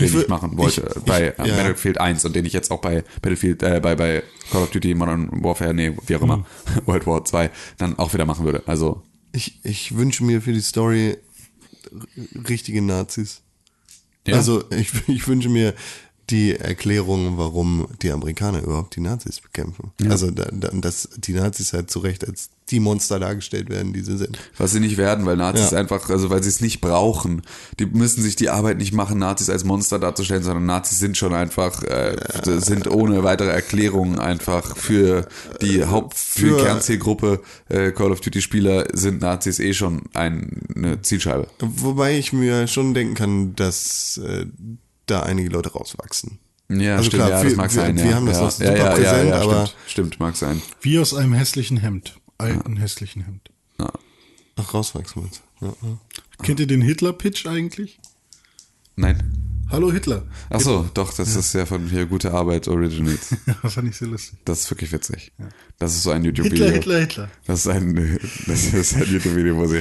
den ich,
wür-
machen wollte
ich- ich-
bei äh,
ja.
Battlefield 1 und den ich jetzt auch bei Battlefield, äh, bei, bei Call of Duty Modern Warfare, nee, wie auch immer,
Hm.
World War 2 dann auch wieder machen würde. Also,
Ich, ich wünsche mir für die Story r- richtige Nazis.
ja.
Also ich, ich wünsche mir die Erklärung, warum die Amerikaner überhaupt die Nazis bekämpfen. Also da, da, dass die Nazis halt zu Recht als die Monster dargestellt werden, die sie sind.
was sie nicht werden, weil Nazis
Ja.
einfach, also weil sie es nicht brauchen. Die müssen sich die Arbeit nicht machen, Nazis als Monster darzustellen, sondern Nazis sind schon einfach, äh, sind ohne weitere Erklärung einfach für die Haupt, für, die
Für-
Kernzielgruppe äh, Call of Duty Spieler sind Nazis eh schon ein, eine Zielscheibe.
Wobei ich mir schon denken kann, dass äh, da einige Leute rauswachsen.
Ja,
Also
stimmt,
klar,
ja, das
wir-
mag
wir-
sein.
wir
ja.
haben das
ja.
noch super präsent, aber-
stimmt, stimmt, mag sein.
Wie aus einem hässlichen Hemd. Alten hässlichen Hemd.
Ja.
Ach, rauswachsen meinst du? Ja, ja.
Kennt ihr den Hitler-Pitch eigentlich?
Nein.
Hallo Hitler.
Ach so, doch, das ist ja von hier gute Arbeit originates.
das fand ich sehr lustig.
Das ist wirklich witzig. Das ist so ein YouTube-Video.
Hitler, Hitler, Hitler.
Das ist ein, das ist ein YouTube-Video, wo sie,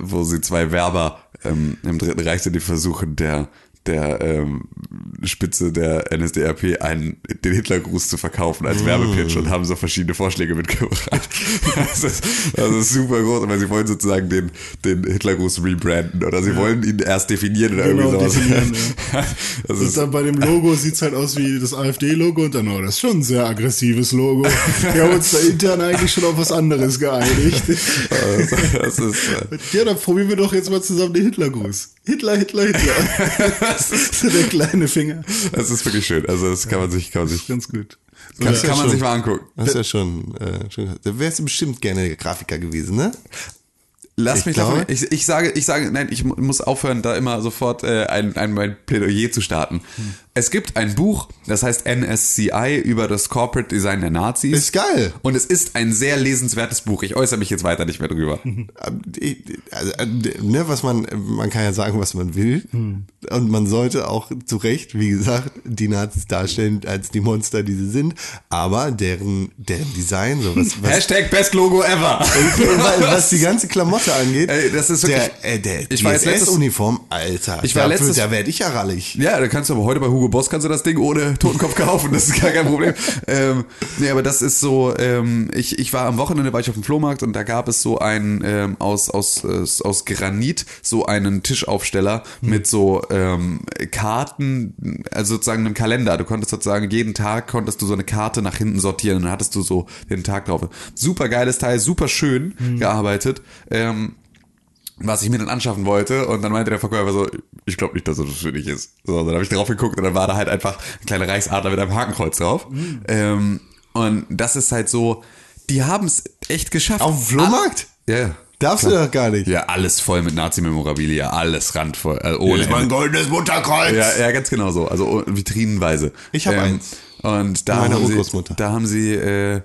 wo sie zwei Werber ähm, im Dritten Reich sind, die versuchen, der, der ähm, Spitze der NSDAP einen, den Hitlergruß zu verkaufen
Ah.
als Werbepitch und haben so verschiedene Vorschläge mitgebracht. Das ist, das ist super groß, aber sie wollen sozusagen den, den Hitlergruß rebranden oder sie wollen ihn erst definieren oder
Genau,
irgendwie sowas.
definieren,
Das
Und
ist
dann bei dem Logo sieht es halt aus wie das AfD-Logo und dann, oh, das ist schon ein sehr aggressives Logo. Wir haben uns da intern eigentlich schon auf was anderes geeinigt.
das ist, halt-
Ja, dann probieren wir doch jetzt mal zusammen den Hitlergruß. Hitler, Hitler, Hitler. so der kleine Finger.
das ist wirklich schön. Also das kann man sich, kann man
Das ist
sich,
ganz gut. So,
kann,
der-
kann man sich mal angucken.
Das ist ja schon, äh, schon da wärst du bestimmt gerne Grafiker gewesen, ne?
Lass
Ich
mich davon.
glaube-
Ich, ich
Hm.
sage, ich sage, nein, ich mu- muss aufhören, da immer sofort äh, ein, ein mein Plädoyer zu starten. Es gibt ein Buch, das heißt NSCI über das Corporate Design der Nazis.
Ist geil.
Und es ist ein sehr lesenswertes Buch. Ich äußere mich jetzt weiter nicht mehr drüber.
Mhm. Ich- also, äh, ne, was man, man kann ja sagen, was man will.
Hm.
Und man sollte auch zu Recht, wie gesagt, die Nazis darstellen als die Monster, die sie sind. Aber deren, deren Design, so was, was,
Hashtag Best Logo Ever.
was die ganze Klamotte angeht.
Ey, das ist wirklich-
der, äh, der
Ich war jetzt letztes-
DSS-Uniform, Alter.
Ich war
da,
letztes-
da werde ich ja rallig.
Ja, da kannst du aber heute bei Hugo Boss kannst du das Ding ohne Totenkopf kaufen, das ist gar kein Problem. ähm, nee, aber das ist so, ähm, ich, ich war am Wochenende, war ich auf dem Flohmarkt und da gab es so einen ähm, aus, aus, äh, aus Granit, so einen Tischaufsteller mit so ähm, Karten, also sozusagen einem Kalender. Du konntest sozusagen jeden Tag konntest du so eine Karte nach hinten sortieren und dann hattest du so den Tag drauf. Super geiles Teil, super schön gearbeitet. Ähm, was ich mir dann anschaffen wollte und dann meinte der Verkäufer so, ich glaube nicht, dass das für dich ist. So, dann habe ich drauf geguckt und dann war da halt einfach ein kleiner Reichsadler mit einem Hakenkreuz drauf.
Hm.
Ähm, und das ist halt so, die haben es echt geschafft.
Auf dem Flohmarkt?
Ah, Ja, ja.
Darfst du doch gar nicht.
Ja, alles voll mit Nazi-Memorabilia, alles randvoll. Äh, ohne Ende.
goldenes Mutterkreuz.
Ja, ja, ganz genau so. Also oh, vitrinenweise. Ähm,
Ich hab eins.
Und da
Meiner
haben, sie,
Urgroßmutter.
da haben sie, äh,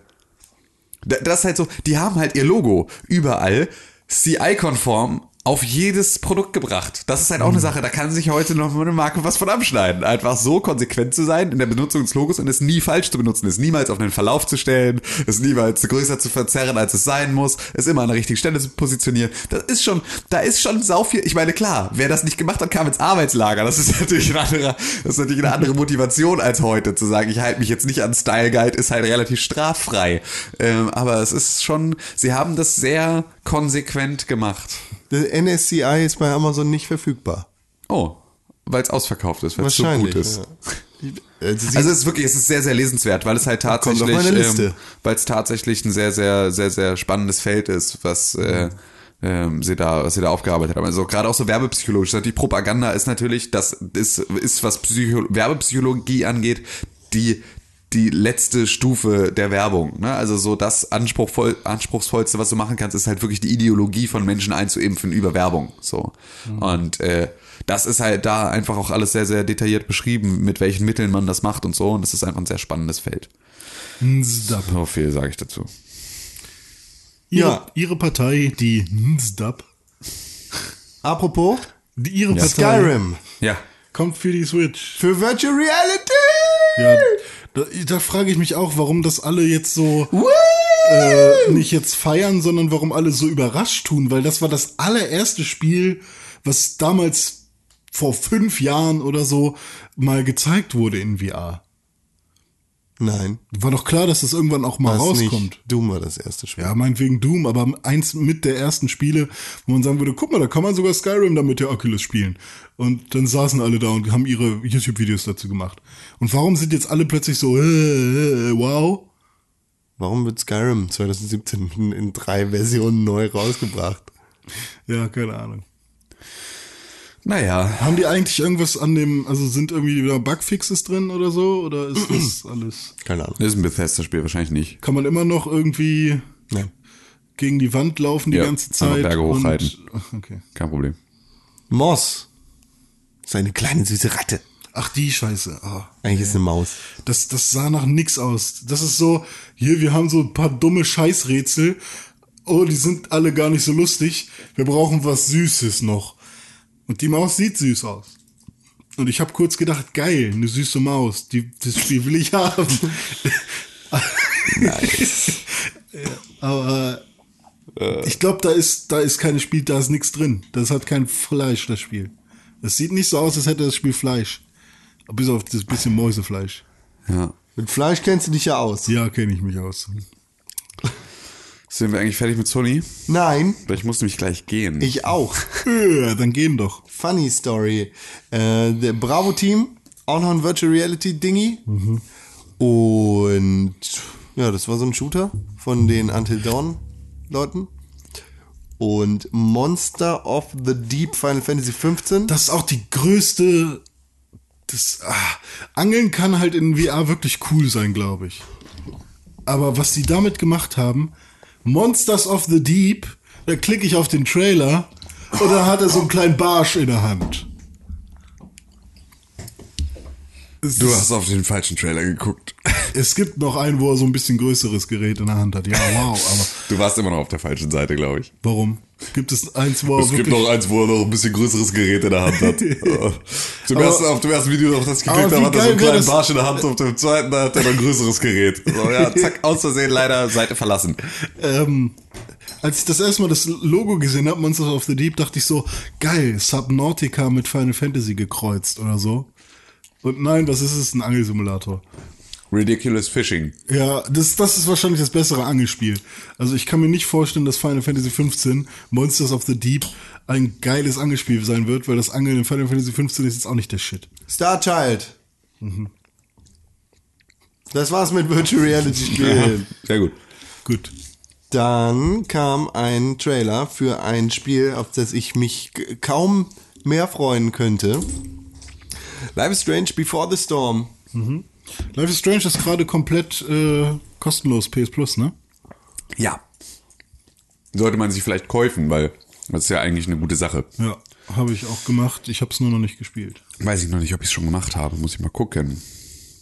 da- das ist halt so, die haben halt ihr Logo überall CI-konform auf jedes Produkt gebracht. Das ist halt auch
Mhm.
eine Sache, da kann sich heute noch eine Marke was von abschneiden. Einfach so konsequent zu sein in der Benutzung des Logos und es nie falsch zu benutzen, es niemals auf den Verlauf zu stellen, es niemals größer zu verzerren, als es sein muss, es immer an der richtigen Stelle zu positionieren. Das ist schon, da ist schon sau viel. Ich meine, klar, wer das nicht gemacht hat, kam ins Arbeitslager. Das ist natürlich ein anderer, das ist natürlich eine andere Motivation als heute, zu sagen, ich halte mich jetzt nicht an Style Guide, ist halt relativ straffrei. Ähm, aber es ist schon, sie haben das sehr konsequent gemacht.
Das NSCI ist bei Amazon nicht verfügbar.
Oh, weil es ausverkauft ist, weil es so
Wahrscheinlich.
gut ist.
ja. Also sie-
Also es ist wirklich, es ist sehr, sehr lesenswert, weil es halt
kommt auf
tatsächlich,
meine Liste.
ähm, weil es tatsächlich ein sehr, sehr, sehr, sehr spannendes Feld ist, was äh, ähm, sie da, was sie da aufgearbeitet haben. Also gerade auch so werbepsychologisch. Die Propaganda ist natürlich, das ist, ist was Psycho Werbepsychologie angeht, die die letzte Stufe der Werbung. Ne? Also so das anspruchvoll, anspruchsvollste, was du machen kannst, ist halt wirklich die Ideologie von Menschen einzuimpfen über Werbung. So
Mhm.
und äh, das ist halt da einfach auch alles sehr, sehr detailliert beschrieben, mit welchen Mitteln man das macht und so. Und das ist einfach ein sehr spannendes Feld.
NSDAP.
So viel sage ich dazu.
Ihre,
Ja.
ihre Partei, die NSDAP,
Apropos
die ihre Partei
Skyrim
Ja.
kommt für die Switch.
für Virtual Reality.
Ja, da, da frage ich mich auch, warum das alle jetzt so äh, nicht jetzt feiern, sondern warum alle so überrascht tun, weil das war das allererste Spiel, was damals vor fünf Jahren oder so mal gezeigt wurde in VR.
Nein,
War doch klar, dass das irgendwann auch mal
das
rauskommt.
nicht. Doom war das erste Spiel.
Ja, meinetwegen Doom, aber eins mit der ersten Spiele, wo man sagen würde, guck mal, da kann man sogar Skyrim damit der Oculus spielen. Und dann saßen alle da und haben ihre YouTube-Videos dazu gemacht. Und warum sind jetzt alle plötzlich so, äh, äh, wow?
Warum wird Skyrim 2017 in- in drei Versionen neu rausgebracht?
Ja, keine Ahnung.
Naja.
Haben die eigentlich irgendwas an dem, also sind irgendwie wieder Bugfixes drin oder so? Oder ist das alles?
Keine Ahnung.
Ist ein Bethesda-Spiel, wahrscheinlich nicht.
Kann man immer noch irgendwie
Ja.
gegen die Wand laufen die
Ja,
ganze
einfach
Zeit?
Berge hochreiten.
Und, okay.
Kein Problem.
Moss. So eine kleine süße Ratte.
Ach, die Scheiße. ah.
Eigentlich ist eine Maus.
Das, das sah nach nix aus. Das ist so, hier, wir haben so ein paar dumme Scheißrätsel. Oh, die sind alle gar nicht so lustig. Wir brauchen was Süßes noch. Und die Maus sieht süß aus. Und ich habe kurz gedacht, geil, eine süße Maus. Die, das Spiel will ich haben. Ja, Aber äh, ich glaube, da ist, da ist keine Spiel, da ist nichts drin. Das hat kein Fleisch, das Spiel. Es sieht nicht so aus, als hätte das Spiel Fleisch. Bis auf das bisschen Mäusefleisch.
Ja.
Mit Fleisch kennst du dich ja aus.
Ja, kenne ich mich aus.
Sind wir eigentlich fertig mit Sony?
Nein,
Weil Ich muss nämlich gleich gehen.
ich auch.
Ja, Äh, dann gehen doch.
Funny Story. Äh, der Bravo Team, auch noch ein Virtual Reality Dingy. Und ja, das war so ein Shooter von den Until Dawn Leuten. Und Monster of the Deep Final Fantasy 15.
Das ist auch die größte. Das, ah, Angeln kann halt in VR wirklich cool sein, glaube ich. Aber was sie damit gemacht haben, Monsters of the Deep, da klicke ich auf den Trailer und da hat er so einen kleinen Barsch in der Hand. Es,
Du
ist-
hast auf den falschen Trailer geguckt.
es gibt noch einen, wo er so ein bisschen größeres Gerät in der Hand hat. Ja, wow, aber
Du warst immer noch auf der falschen Seite, glaube ich.
warum? Gibt es eins, wo er
Es gibt
Oh, wirklich...
noch eins, wo er noch ein bisschen größeres Gerät in der Hand hat. zum
Aber-
ersten, auf dem ersten Video, auf das ich
Aber
geklickt habe,
wie
hat er so
geil
einen
wär
kleinen
das-
Barsch in der Hand. Auf dem zweiten, da hat er noch ein größeres Gerät. So, ja, zack, aus Versehen leider Seite verlassen.
ähm, als ich das erstmal das Logo gesehen habe, Monsters of the Deep, dachte ich so, geil, Subnautica mit Final Fantasy gekreuzt oder so. Und nein, was ist es? Ein Angelsimulator.
Ridiculous Fishing.
Ja, das, das ist wahrscheinlich das bessere Angelspiel. Also ich kann mir nicht vorstellen, dass Final Fantasy 15 Monsters of the Deep ein geiles Angelspiel sein wird, weil das Angeln in Final Fantasy 15 ist jetzt auch nicht der Shit.
Star Child. Das war's mit Virtual Reality Spielen.
Sehr gut.
Gut.
Dann kam ein Trailer für ein Spiel, auf das ich mich g- kaum mehr freuen könnte. Life is Strange Before the Storm.
Life is Strange ist gerade komplett äh, kostenlos PS Plus, ne?
Ja. Sollte man sich vielleicht käufen, weil das ist ja eigentlich eine gute Sache.
Ja, habe ich auch gemacht. Ich habe es nur noch nicht gespielt.
Weiß ich noch nicht, ob ich es schon gemacht habe. Muss ich mal gucken.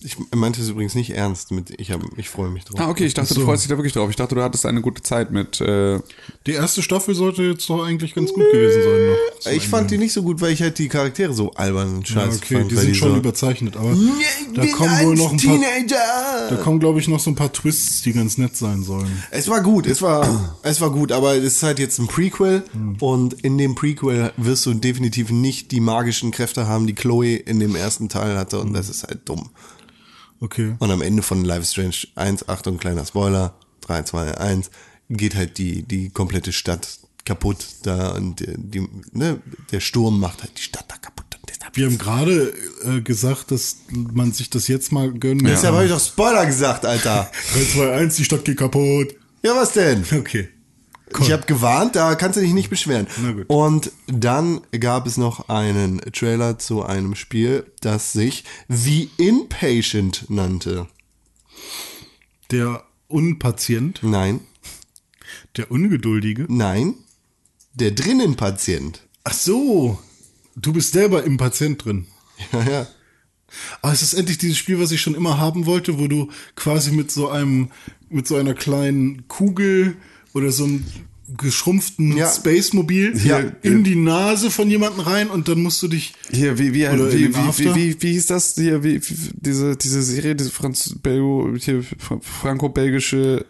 Ich meinte es übrigens nicht ernst mit ich, hab- ich freue mich drauf.
Ah, okay, ich dachte, du freust dich da wirklich drauf. Ich dachte, du hattest eine gute Zeit mit. Äh,
Die erste Staffel sollte jetzt doch eigentlich ganz gut gewesen sein. Noch Zum
Ich fand
Ende.
die nicht so gut, weil ich halt die Charaktere so albern und
ja,
scheiße
okay,
fand.
die
weil
sind schon
so-
überzeichnet, aber
Ich
da
bin
kommen
ein
wohl noch ein paar, da
Teenager.
kommen glaube ich noch so ein paar Twists, die ganz nett sein sollen.
Es war gut, es war, es war gut, aber es ist halt jetzt ein Prequel
Hm.
und in dem Prequel wirst du definitiv nicht die magischen Kräfte haben, die Chloe in dem ersten Teil hatte
Hm.
und das ist halt dumm.
Okay.
Und am Ende von Life is Strange 1, Achtung, kleiner Spoiler, 3, 2, 1, geht halt die, die komplette Stadt kaputt da und die, die, ne, der Sturm macht halt die Stadt da kaputt. Und deshalb
Wir haben gerade äh, gesagt, dass man sich das jetzt mal gönnen muss.
deshalb habe ich doch Spoiler gesagt, Alter.
3, 2, 1, die Stadt geht kaputt.
ja, was denn?
Okay.
Ich habe gewarnt, da kannst du dich nicht beschweren.
Na gut.
Und dann gab es noch einen Trailer zu einem Spiel, das sich The Inpatient nannte.
Der Unpatient,
Nein,
der Ungeduldige.
nein, der drinnen Patient.
Ach so, du bist selber im Patient drin.
Ja, ja.
Ah, es ist endlich dieses Spiel, was ich schon immer haben wollte, wo du quasi mit so einem, mit so einer kleinen Kugel oder so einem geschrumpften
Ja.
Space-Mobil
Ja.
in die Nase von jemandem rein und dann musst du dich.
hier, wie, wie,
Oder in
wie,
den
wie,
After?
wie, wie, wie hieß das hier? Wie, wie- diese, diese Serie, diese Franz, Belgo, hier, fr- franco-belgische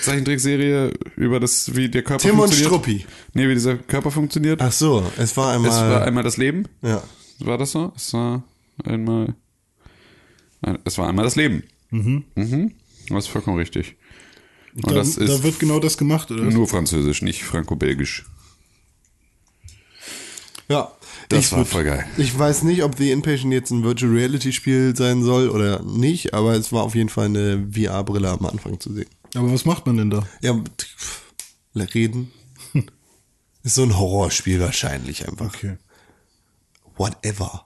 Zeichentrickserie über das, wie der Körper
Tim und
funktioniert.
Struppi.
Nee, wie dieser Körper funktioniert.
Ach so, es war einmal.
es war einmal das Leben.
ja.
War das so? Es war einmal. Nein, Es war einmal das Leben. Mhm. Das ist vollkommen richtig. Und
Da,
das
da
ist
wird genau das gemacht, oder?
nur französisch, nicht franco-belgisch.
ja.
Das
ich
war
würd-
voll geil.
Ich weiß nicht, ob The Inpatient jetzt ein Virtual Reality Spiel sein soll oder nicht, aber es war auf jeden Fall eine VR-Brille am Anfang zu sehen.
Aber was macht man denn da?
Ja, pff, reden. Ist so ein Horrorspiel wahrscheinlich einfach.
Okay.
Whatever,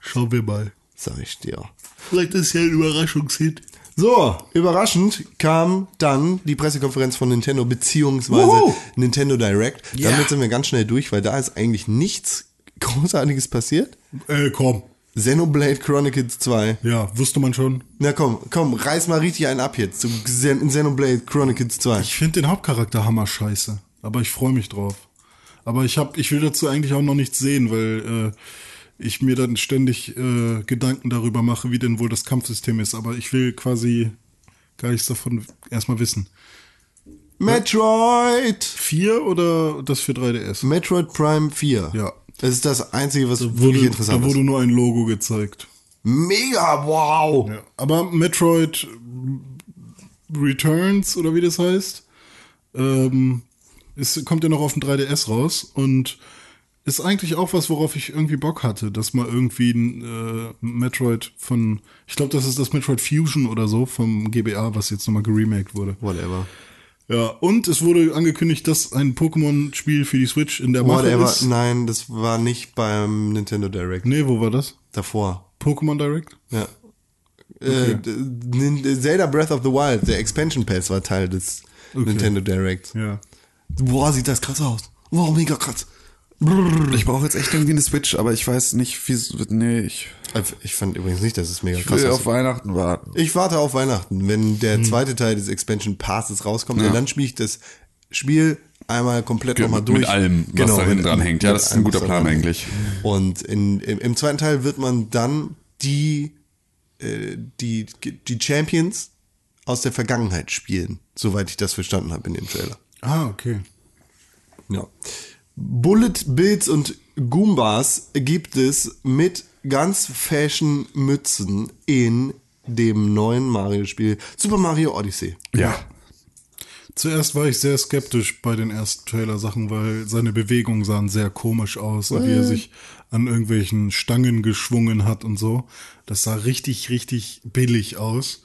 Schauen wir mal.
sag ich dir.
Vielleicht ist ja ein Überraschungshit.
So, überraschend kam dann die Pressekonferenz von Nintendo beziehungsweise
Wuhu!
Nintendo Direct.
Ja.
Damit sind wir ganz schnell durch, weil da ist eigentlich nichts Großartiges passiert.
Äh, komm.
Xenoblade Chronicles 2.
Ja, wusste man schon.
Na komm, komm, reiß mal richtig einen ab jetzt zu Xen Xenoblade Chronicles 2.
Ich finde den Hauptcharakter hammer scheiße, aber ich freue mich drauf. Aber ich hab, ich will dazu eigentlich auch noch nichts sehen, weil äh, ich mir dann ständig äh, Gedanken darüber mache, wie denn wohl das Kampfsystem ist. Aber ich will quasi gar nichts davon erstmal wissen.
Metroid!
4 oder das für 3DS?
Metroid Prime 4.
Ja.
Das ist das Einzige, was wirklich
Wurde,
interessant
da
ist.
wurde nur ein Logo gezeigt.
Mega wow!
Ja. Aber Metroid Returns oder wie das heißt, ähm, es kommt ja noch auf dem 3DS raus und ist eigentlich auch was, worauf ich irgendwie Bock hatte, dass mal irgendwie ein äh, Metroid von, ich glaube, das ist das Metroid Fusion oder so vom GBA, was jetzt nochmal geremaked wurde.
Whatever.
Ja, und es wurde angekündigt, dass ein Pokémon-Spiel für die Switch in der Mache
Whatever.
ist.
Nein, das war nicht beim Nintendo Direct.
Nee, wo war das?
Davor.
Pokémon Direct?
Ja. Äh, d- Nin- Zelda Breath of the Wild, der Expansion Pass war Teil des Nintendo Direct.
Ja.
Boah, sieht das krass aus. Boah, mega krass.
Ich brauche jetzt echt irgendwie eine Switch, aber ich weiß nicht, wie. Nee, ich
Also, Ich fand übrigens nicht, dass es mega krass
will
ist.
auf Weihnachten warten.
Ich warte auf Weihnachten, wenn der zweite Teil des Expansion Passes rauskommt,
Hm. Ja.
dann spiele ich das Spiel einmal komplett
Ge-
nochmal
mit
durch. Genau,
allem, was da hinten
mit-
dran hängt. Ja,
mit
das ist ein
allem,
guter
was da
Plan
dran
eigentlich.
hängt. Und in, im, im zweiten Teil wird man dann die, äh, die, die Champions aus der Vergangenheit spielen, soweit ich das verstanden habe in dem Trailer.
Ah, okay.
Ja. Bullet Bills und Goombas gibt es mit ganz fashion Mützen in dem neuen Mario-Spiel Super Mario Odyssey.
Ja.
Zuerst war ich sehr skeptisch bei den ersten Trailer-Sachen, weil seine Bewegungen sahen sehr komisch aus, und wie er sich an irgendwelchen Stangen geschwungen hat und so. Das sah richtig, richtig billig aus.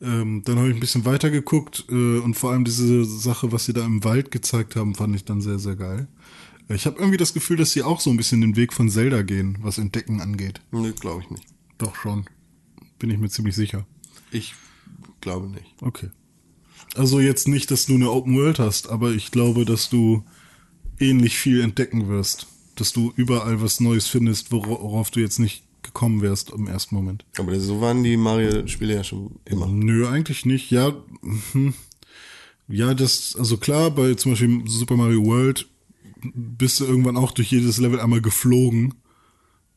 Ähm, dann habe ich ein bisschen weiter geguckt äh, und vor allem diese Sache, was sie da im Wald gezeigt haben, fand ich dann sehr, sehr geil. Ich habe irgendwie das Gefühl, dass sie auch so ein bisschen den Weg von Zelda gehen, was Entdecken angeht.
Nö, glaube ich nicht.
Doch schon. Bin ich mir ziemlich sicher.
Ich glaube nicht.
Okay. Also jetzt nicht, dass du eine Open World hast, aber ich glaube, dass du ähnlich viel entdecken wirst. Dass du überall was Neues findest, wora- worauf du jetzt nicht gekommen wärst im ersten Moment.
Aber so waren die Mario-Spiele ja schon immer.
Nö, eigentlich nicht. Ja, mhm. ja, das, also klar, bei zum Beispiel Super Mario World bist du irgendwann auch durch jedes Level einmal geflogen,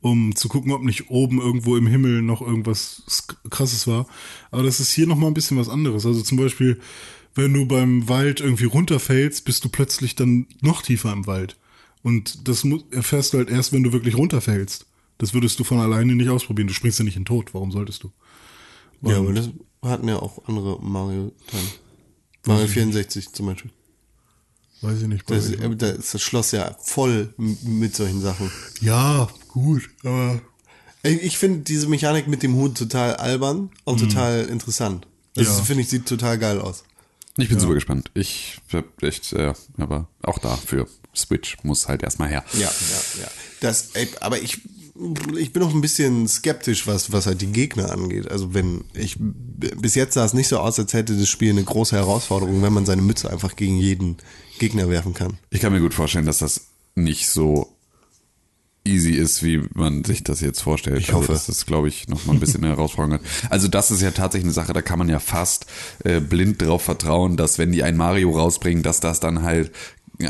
um zu gucken, ob nicht oben irgendwo im Himmel noch irgendwas sk- krasses war. Aber das ist hier nochmal ein bisschen was anderes. Also zum Beispiel, wenn du beim Wald irgendwie runterfällst, bist du plötzlich dann noch tiefer im Wald. Und das mu- erfährst du halt erst, wenn du wirklich runterfällst. Das würdest du von alleine nicht ausprobieren. Du springst ja nicht in den Tod. Warum solltest du?
Ja, aber das hatten ja auch andere Mario-Teile. Mario 64 zum Beispiel.
Weiß ich nicht.
Das,
bei-
äh, da ist das Schloss ja voll m- mit solchen Sachen.
Ja, gut, aber
Ey, Ich finde diese Mechanik mit dem Hut total albern und total interessant. Das
Ja.
finde ich sieht total geil aus.
Ich bin super gespannt. Ich hab echt, äh, aber auch da für Switch muss halt erstmal her.
Ja, ja, ja. Das, ey, aber ich, ich bin auch ein bisschen skeptisch, was, was halt die Gegner angeht. Also wenn ich bis jetzt sah es nicht so aus, als hätte das Spiel eine große Herausforderung, wenn man seine Mütze einfach gegen jeden Gegner werfen kann.
Ich kann mir gut vorstellen, dass das nicht so easy ist, wie man sich das jetzt vorstellt. Ich
hoffe.
Also, dass das, glaube ich, noch mal ein bisschen eine Herausforderung hat. Also das ist ja tatsächlich eine Sache, da kann man ja fast äh, blind drauf vertrauen, dass wenn die ein Mario rausbringen, dass das dann halt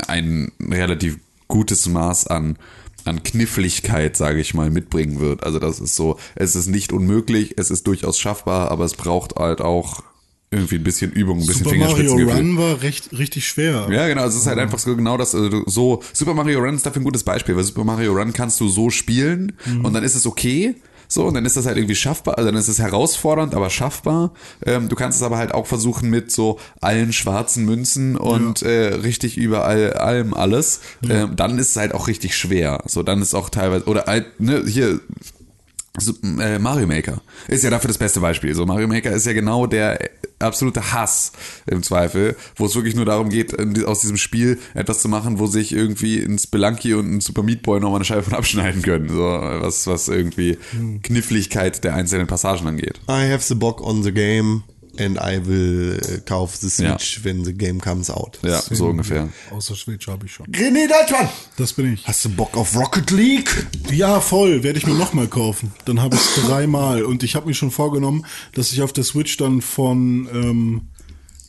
ein relativ gutes Maß an an Kniffligkeit, sage ich mal, mitbringen wird. Also das ist so, es ist nicht unmöglich, es ist durchaus schaffbar, aber es braucht halt auch irgendwie ein bisschen Übung, ein bisschen
Super Mario
Fingerspitzengefühl.
Run war recht, richtig schwer.
Ja, genau, es ist halt einfach so genau das, also du- so, Super Mario Run ist dafür ein gutes Beispiel, weil Super Mario Run kannst du so spielen und dann ist es okay, so, und dann ist das halt irgendwie schaffbar, also dann ist es herausfordernd, aber schaffbar. Ähm, du kannst es aber halt auch versuchen mit so allen schwarzen Münzen und äh, richtig überall allem alles. Ähm, dann ist es halt auch richtig schwer. So, dann ist auch teilweise, oder halt, ne, hier, so, äh, Mario Maker ist ja dafür das beste Beispiel. So Mario Maker ist ja genau der äh, absolute Hass im Zweifel, wo es wirklich nur darum geht, in die- aus diesem Spiel etwas zu machen, wo sich irgendwie ein Spelunky und ein Super Meat Boy nochmal eine Scheibe von abschneiden können. So was, was irgendwie
Hm.
Kniffligkeit der einzelnen Passagen angeht.
I have the Bock on the game and I will äh, kauf the Switch when the game comes out.
Ja, so ungefähr.
Außer Switch habe ich schon.
René Deutschmann!
Das bin ich.
Hast du Bock auf Rocket League?
Ja, voll. Werde ich mir nochmal kaufen. Dann habe ich es dreimal. Und ich habe mir schon vorgenommen, dass ich auf der Switch dann von, ähm,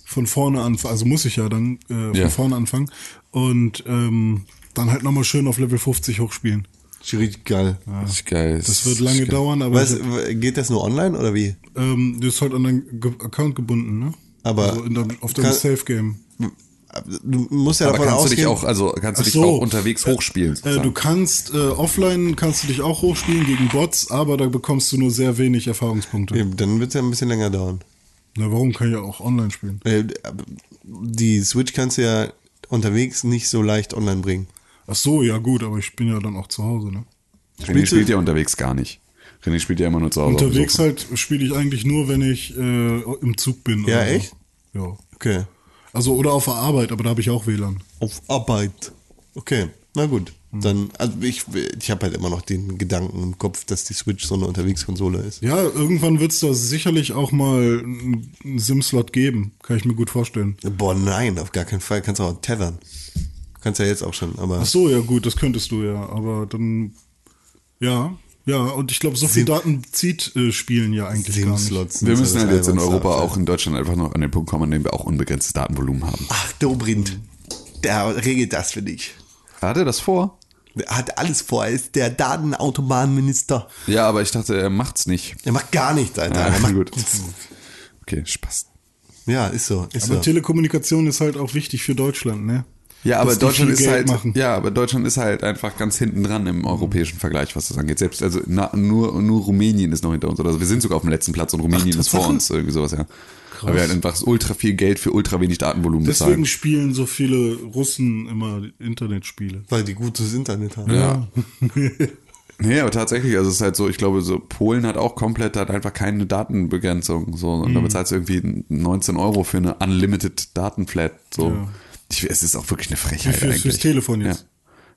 von vorne anfange. Also muss ich ja dann äh, von
Ja.
vorne anfangen. Und ähm, dann halt nochmal schön auf Level 50 hochspielen.
Ist Richtig geil.
Das ist geil.
Das wird lange dauern, aber
Was,
ich hab,
w- geht das nur online oder wie?
ähm, das ist halt an deinen Ge Account gebunden, ne?
Aber-
also in deinem- auf deinem
Kann-
Safe-Game.
Du musst ja
Aber
davon
kannst du
ausgehen.
dich auch, also kannst du
Ach
dich
so.
auch unterwegs hochspielen.
Äh, du
sozusagen.
kannst äh, offline kannst du dich auch hochspielen gegen Bots, aber da bekommst du nur sehr wenig Erfahrungspunkte.
Eben, dann wird es ja ein bisschen länger dauern.
Na, warum kann ich ja auch online spielen?
Äh, Die Switch kannst du ja unterwegs nicht so leicht online bringen.
Ach so, ja gut, aber ich bin ja dann auch zu Hause. Ne?
René spielt ja unterwegs gar nicht. René spielt ja immer nur zu Hause. auf dem
Unterwegs
Sofa.
Also
halt spiele ich eigentlich nur, wenn ich äh, im Zug bin.
Ja,
oder so.
echt?
Ja.
Okay.
Also oder auf der Arbeit, aber da habe ich auch WLAN.
Auf Arbeit. Okay, na gut.
Hm.
Dann, also ich, ich habe halt immer noch den Gedanken im Kopf, dass die Switch so eine Unterwegskonsole ist.
Ja, irgendwann wird es da sicherlich auch mal einen SIM-Slot geben. Kann ich mir gut vorstellen.
Boah, nein, auf gar keinen Fall. Kannst du auch tethern. Kannst ja jetzt auch schon, aber.
Ach so, ja gut, das könntest du ja, aber dann ja, ja, und ich glaube, so viel
Sim-
Daten zieht äh, Spielen ja eigentlich gar nicht.
Sim-Slots.
Wir müssen
Das
halt jetzt in
Albernste
Europa
auf der-
auch in Deutschland einfach noch an den Punkt kommen, an dem wir auch unbegrenztes Datenvolumen haben.
Ach, Dobrindt. Der regelt das für dich.
Hat er das vor?
Der hat alles vor. Er ist der Datenautobahnminister.
Ja, aber ich dachte, er macht's nicht. Ah,
Er macht gar nichts, Alter. er macht,
gut. Okay, Spaß.
Ja, ist so. Ist
Aber
so.
Telekommunikation ist halt auch wichtig für Deutschland, ne?
Ja, aber
Dass die
Deutschland
viel
ist
Geld
halt,
machen.
ja, aber Deutschland ist halt einfach ganz hinten dran im europäischen Vergleich, was das angeht. Selbst, also na, nur, nur Rumänien ist noch hinter uns. Oder also wir sind sogar auf dem letzten Platz und Rumänien
Ach,
ist vor
Tatsache?
uns, irgendwie sowas, ja. Weil wir halt einfach ultra viel Geld für ultra wenig Datenvolumen
Deswegen
bezahlen.
spielen so viele Russen immer Internetspiele.
Weil die gutes Internet haben.
Ja. Nee, aber tatsächlich, also es ist halt so, ich glaube, so Polen hat auch komplett, hat einfach keine Datenbegrenzung. So, und da
Mhm.
bezahlst du irgendwie 19 Euro für eine Unlimited Datenflat. So. Ich, es ist auch wirklich eine Frechheit.
Für- fürs
eigentlich.
Telefon jetzt.
Ja.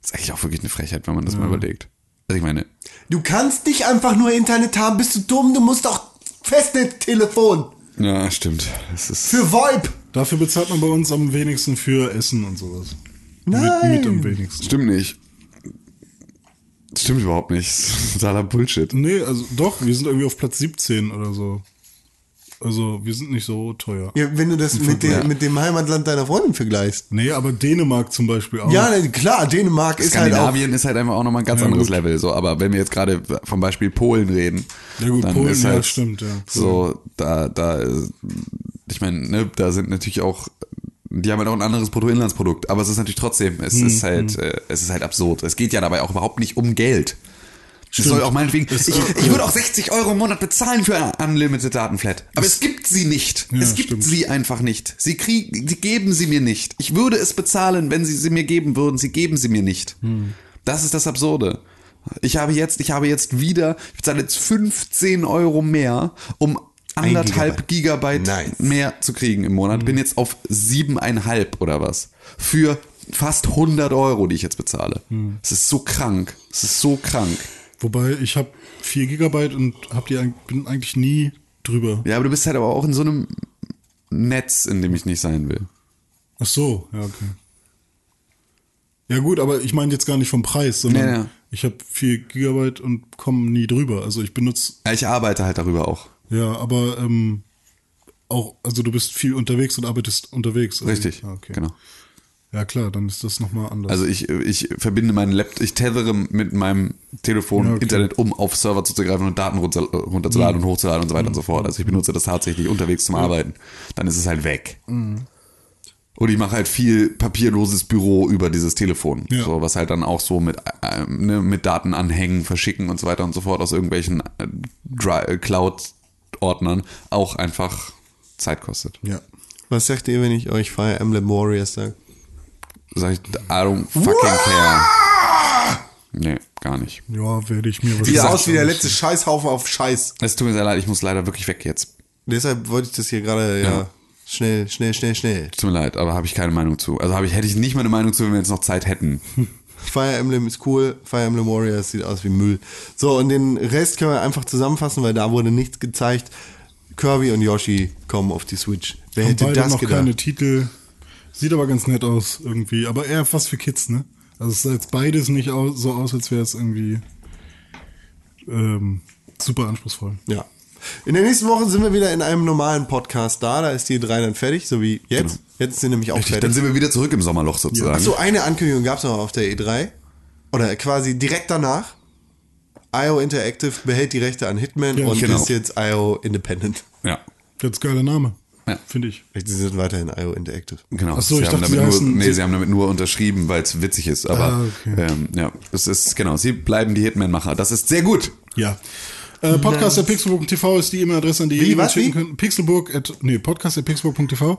ist eigentlich auch wirklich eine Frechheit, wenn man das mal überlegt. Also ich meine,
Du kannst nicht einfach nur Internet haben, bist du dumm, du musst auch Festnetztelefon
ja, stimmt. Es ist.
für VoIP.
Dafür bezahlt man bei uns am wenigsten für Essen und sowas.
Nein.
Mit, mit am wenigsten.
Stimmt nicht. Stimmt überhaupt nicht. Totaler Bullshit.
Nee, also doch, wir sind irgendwie auf Platz 17 oder so. Also wir sind nicht so teuer.
Ja, wenn du das mit,
Ja.
dem, mit dem Heimatland deiner Freundin vergleichst.
Nee, aber Dänemark zum Beispiel auch.
Ja, ne, klar, Dänemark ist halt auch.
Skandinavien ist halt einfach auch nochmal ein ganz anderes
gut.
Level. So, aber wenn wir jetzt gerade vom Beispiel Polen reden,
Ja, gut,
dann
Polen,
ist
ja,
halt
stimmt, ja.
so da da äh, ich meine, ne, da sind natürlich auch die haben halt auch ein anderes Bruttoinlandsprodukt, aber es ist natürlich trotzdem, es
Hm,
ist halt, äh, es ist halt absurd. Es geht ja dabei auch überhaupt nicht um Geld. Es soll auch meinetwegen, ich, ich würde auch 60 Euro im Monat bezahlen für eine Unlimited Datenflat. Aber es gibt sie nicht.
Ja,
es gibt
stimmt.
sie einfach nicht. Sie kriegen, sie geben sie mir nicht. Ich würde es bezahlen, wenn sie sie mir geben würden. Sie geben sie mir nicht. Das ist das Absurde. Ich habe jetzt, ich habe jetzt wieder, ich bezahle jetzt 15 Euro mehr, um anderthalb Gigabyte,
Nice.
mehr zu kriegen im Monat. Bin jetzt auf siebeneinhalb oder was. Für fast 100 Euro, die ich jetzt bezahle. Es ist so krank. Es ist so krank.
Wobei ich habe 4 Gigabyte und hab die, eig- bin eigentlich nie drüber.
Ja, aber du bist halt aber auch in so einem Netz, in dem ich nicht sein will.
Ach so, ja, okay. Ja gut, aber ich meine jetzt gar nicht vom Preis, sondern
Ja, ja.
ich habe 4 Gigabyte und komme nie drüber. Also ich benutze,
Ja, Ich arbeite halt darüber auch.
ja, aber ähm, auch, also du bist viel unterwegs und arbeitest unterwegs. Also,
Richtig.
ja, okay.
Genau.
Ja klar, dann ist das nochmal anders.
Also ich, ich verbinde meinen Laptop, ich tethere mit meinem Telefon
Ja, okay. Mhm.
Internet, um auf Server zuzugreifen und Daten runter, runterzuladen und hochzuladen und so weiter und so fort. Also ich benutze das tatsächlich unterwegs zum Arbeiten. Dann ist es halt weg.
Mhm.
Und ich mache halt viel papierloses Büro über dieses Telefon.
Ja.
So, was halt dann auch so mit, ähm, ne, mit Daten anhängen, verschicken und so weiter und so fort aus irgendwelchen äh, Dri- äh, Cloud-Ordnern auch einfach Zeit kostet.
ja.
Was sagt ihr, wenn ich euch Fire Emblem Warriors sage?
Sag ich, I don't fucking care. Nee, gar nicht.
Ja, werde ich mir was
Sieht aus wie der letzte Scheißhaufen auf Scheiß.
Es tut mir sehr leid, ich muss leider wirklich weg jetzt.
Deshalb wollte ich das hier gerade, ja.
Ja.
Schnell, schnell, schnell, schnell.
Tut mir leid, aber habe ich keine Meinung zu. Also habe ich, hätte ich nicht meine Meinung zu, wenn wir jetzt noch Zeit hätten.
Fire Emblem ist cool, Fire Emblem Warriors sieht aus wie Müll. So, und den Rest können wir einfach zusammenfassen, weil da wurde nichts gezeigt. Kirby und Yoshi kommen auf die Switch. Wer
Haben
hätte
beide
das
noch
gedacht?
keine Titel. Sieht aber ganz nett aus irgendwie. Aber eher was für Kids, ne? Also es sah jetzt beides nicht au- so aus, als wäre es irgendwie ähm, super anspruchsvoll.
Ja. In der nächsten Woche sind wir wieder in einem normalen Podcast da. Da ist die 3 dann fertig, so wie jetzt.
Genau.
Jetzt sind nämlich auch
Dann
fertig.
sind wir wieder zurück im Sommerloch sozusagen.
Achso, eine Ankündigung gab es noch auf der E3. Oder quasi direkt danach. IO Interactive behält die Rechte an Hitman
Ja,
und
genau.
ist jetzt IO Independent.
Ja,
Ganz geiler Name.
Ja.
Finde ich.
Sie sind weiterhin IO Interactive.
genau.
Ach so,
sie,
ich
haben
dachte, sie
damit nur,
heißen-
nee,
sie-
sie haben damit nur unterschrieben, weil es witzig ist. Aber
Ah, okay.
ähm, ja, es ist genau. Sie bleiben die Hitman-Macher. Das ist sehr gut.
Ja. Äh, Podcast at pixelburg.tv ist die E-Mail-Adresse, an die ihr
Wie,
E-Mail
was,
schicken
wie?
könnt. Pixelburg at, nee, Podcast at pixelburg.tv.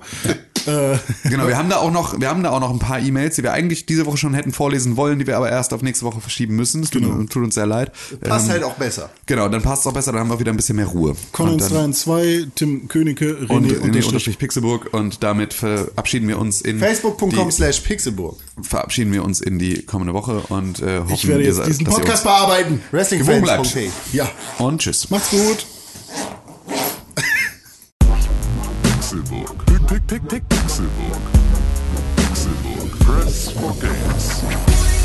äh,
Genau, wir haben da auch noch, wir haben da auch noch ein paar E-Mails, die wir eigentlich diese Woche schon hätten vorlesen wollen, die wir aber erst auf nächste Woche verschieben müssen. Es tut,
Genau.
tut uns sehr leid.
Passt
Ähm,
halt auch besser.
Genau, dann passt es auch besser, dann haben wir auch wieder ein bisschen mehr Ruhe. Und dann-
Connens32, Tim Königke, René,
und
Unterstrich.
René unterstrich Pixelburg und damit verabschieden wir uns in
Facebook.com
die-
slash Pixelburg.
verabschieden wir uns in die kommende Woche und äh, hoffen,
Ich werde
ihr
jetzt
seid-
diesen
dass ihr
Podcast bearbeiten.
gewogen
Wrestlingfans.de.
bleibt.
Ja.
uns- und tschüss.
Macht's gut.
Pixelbook. Pick, pick, pick, pick, Pixelbook. Pixelbook. Press for games.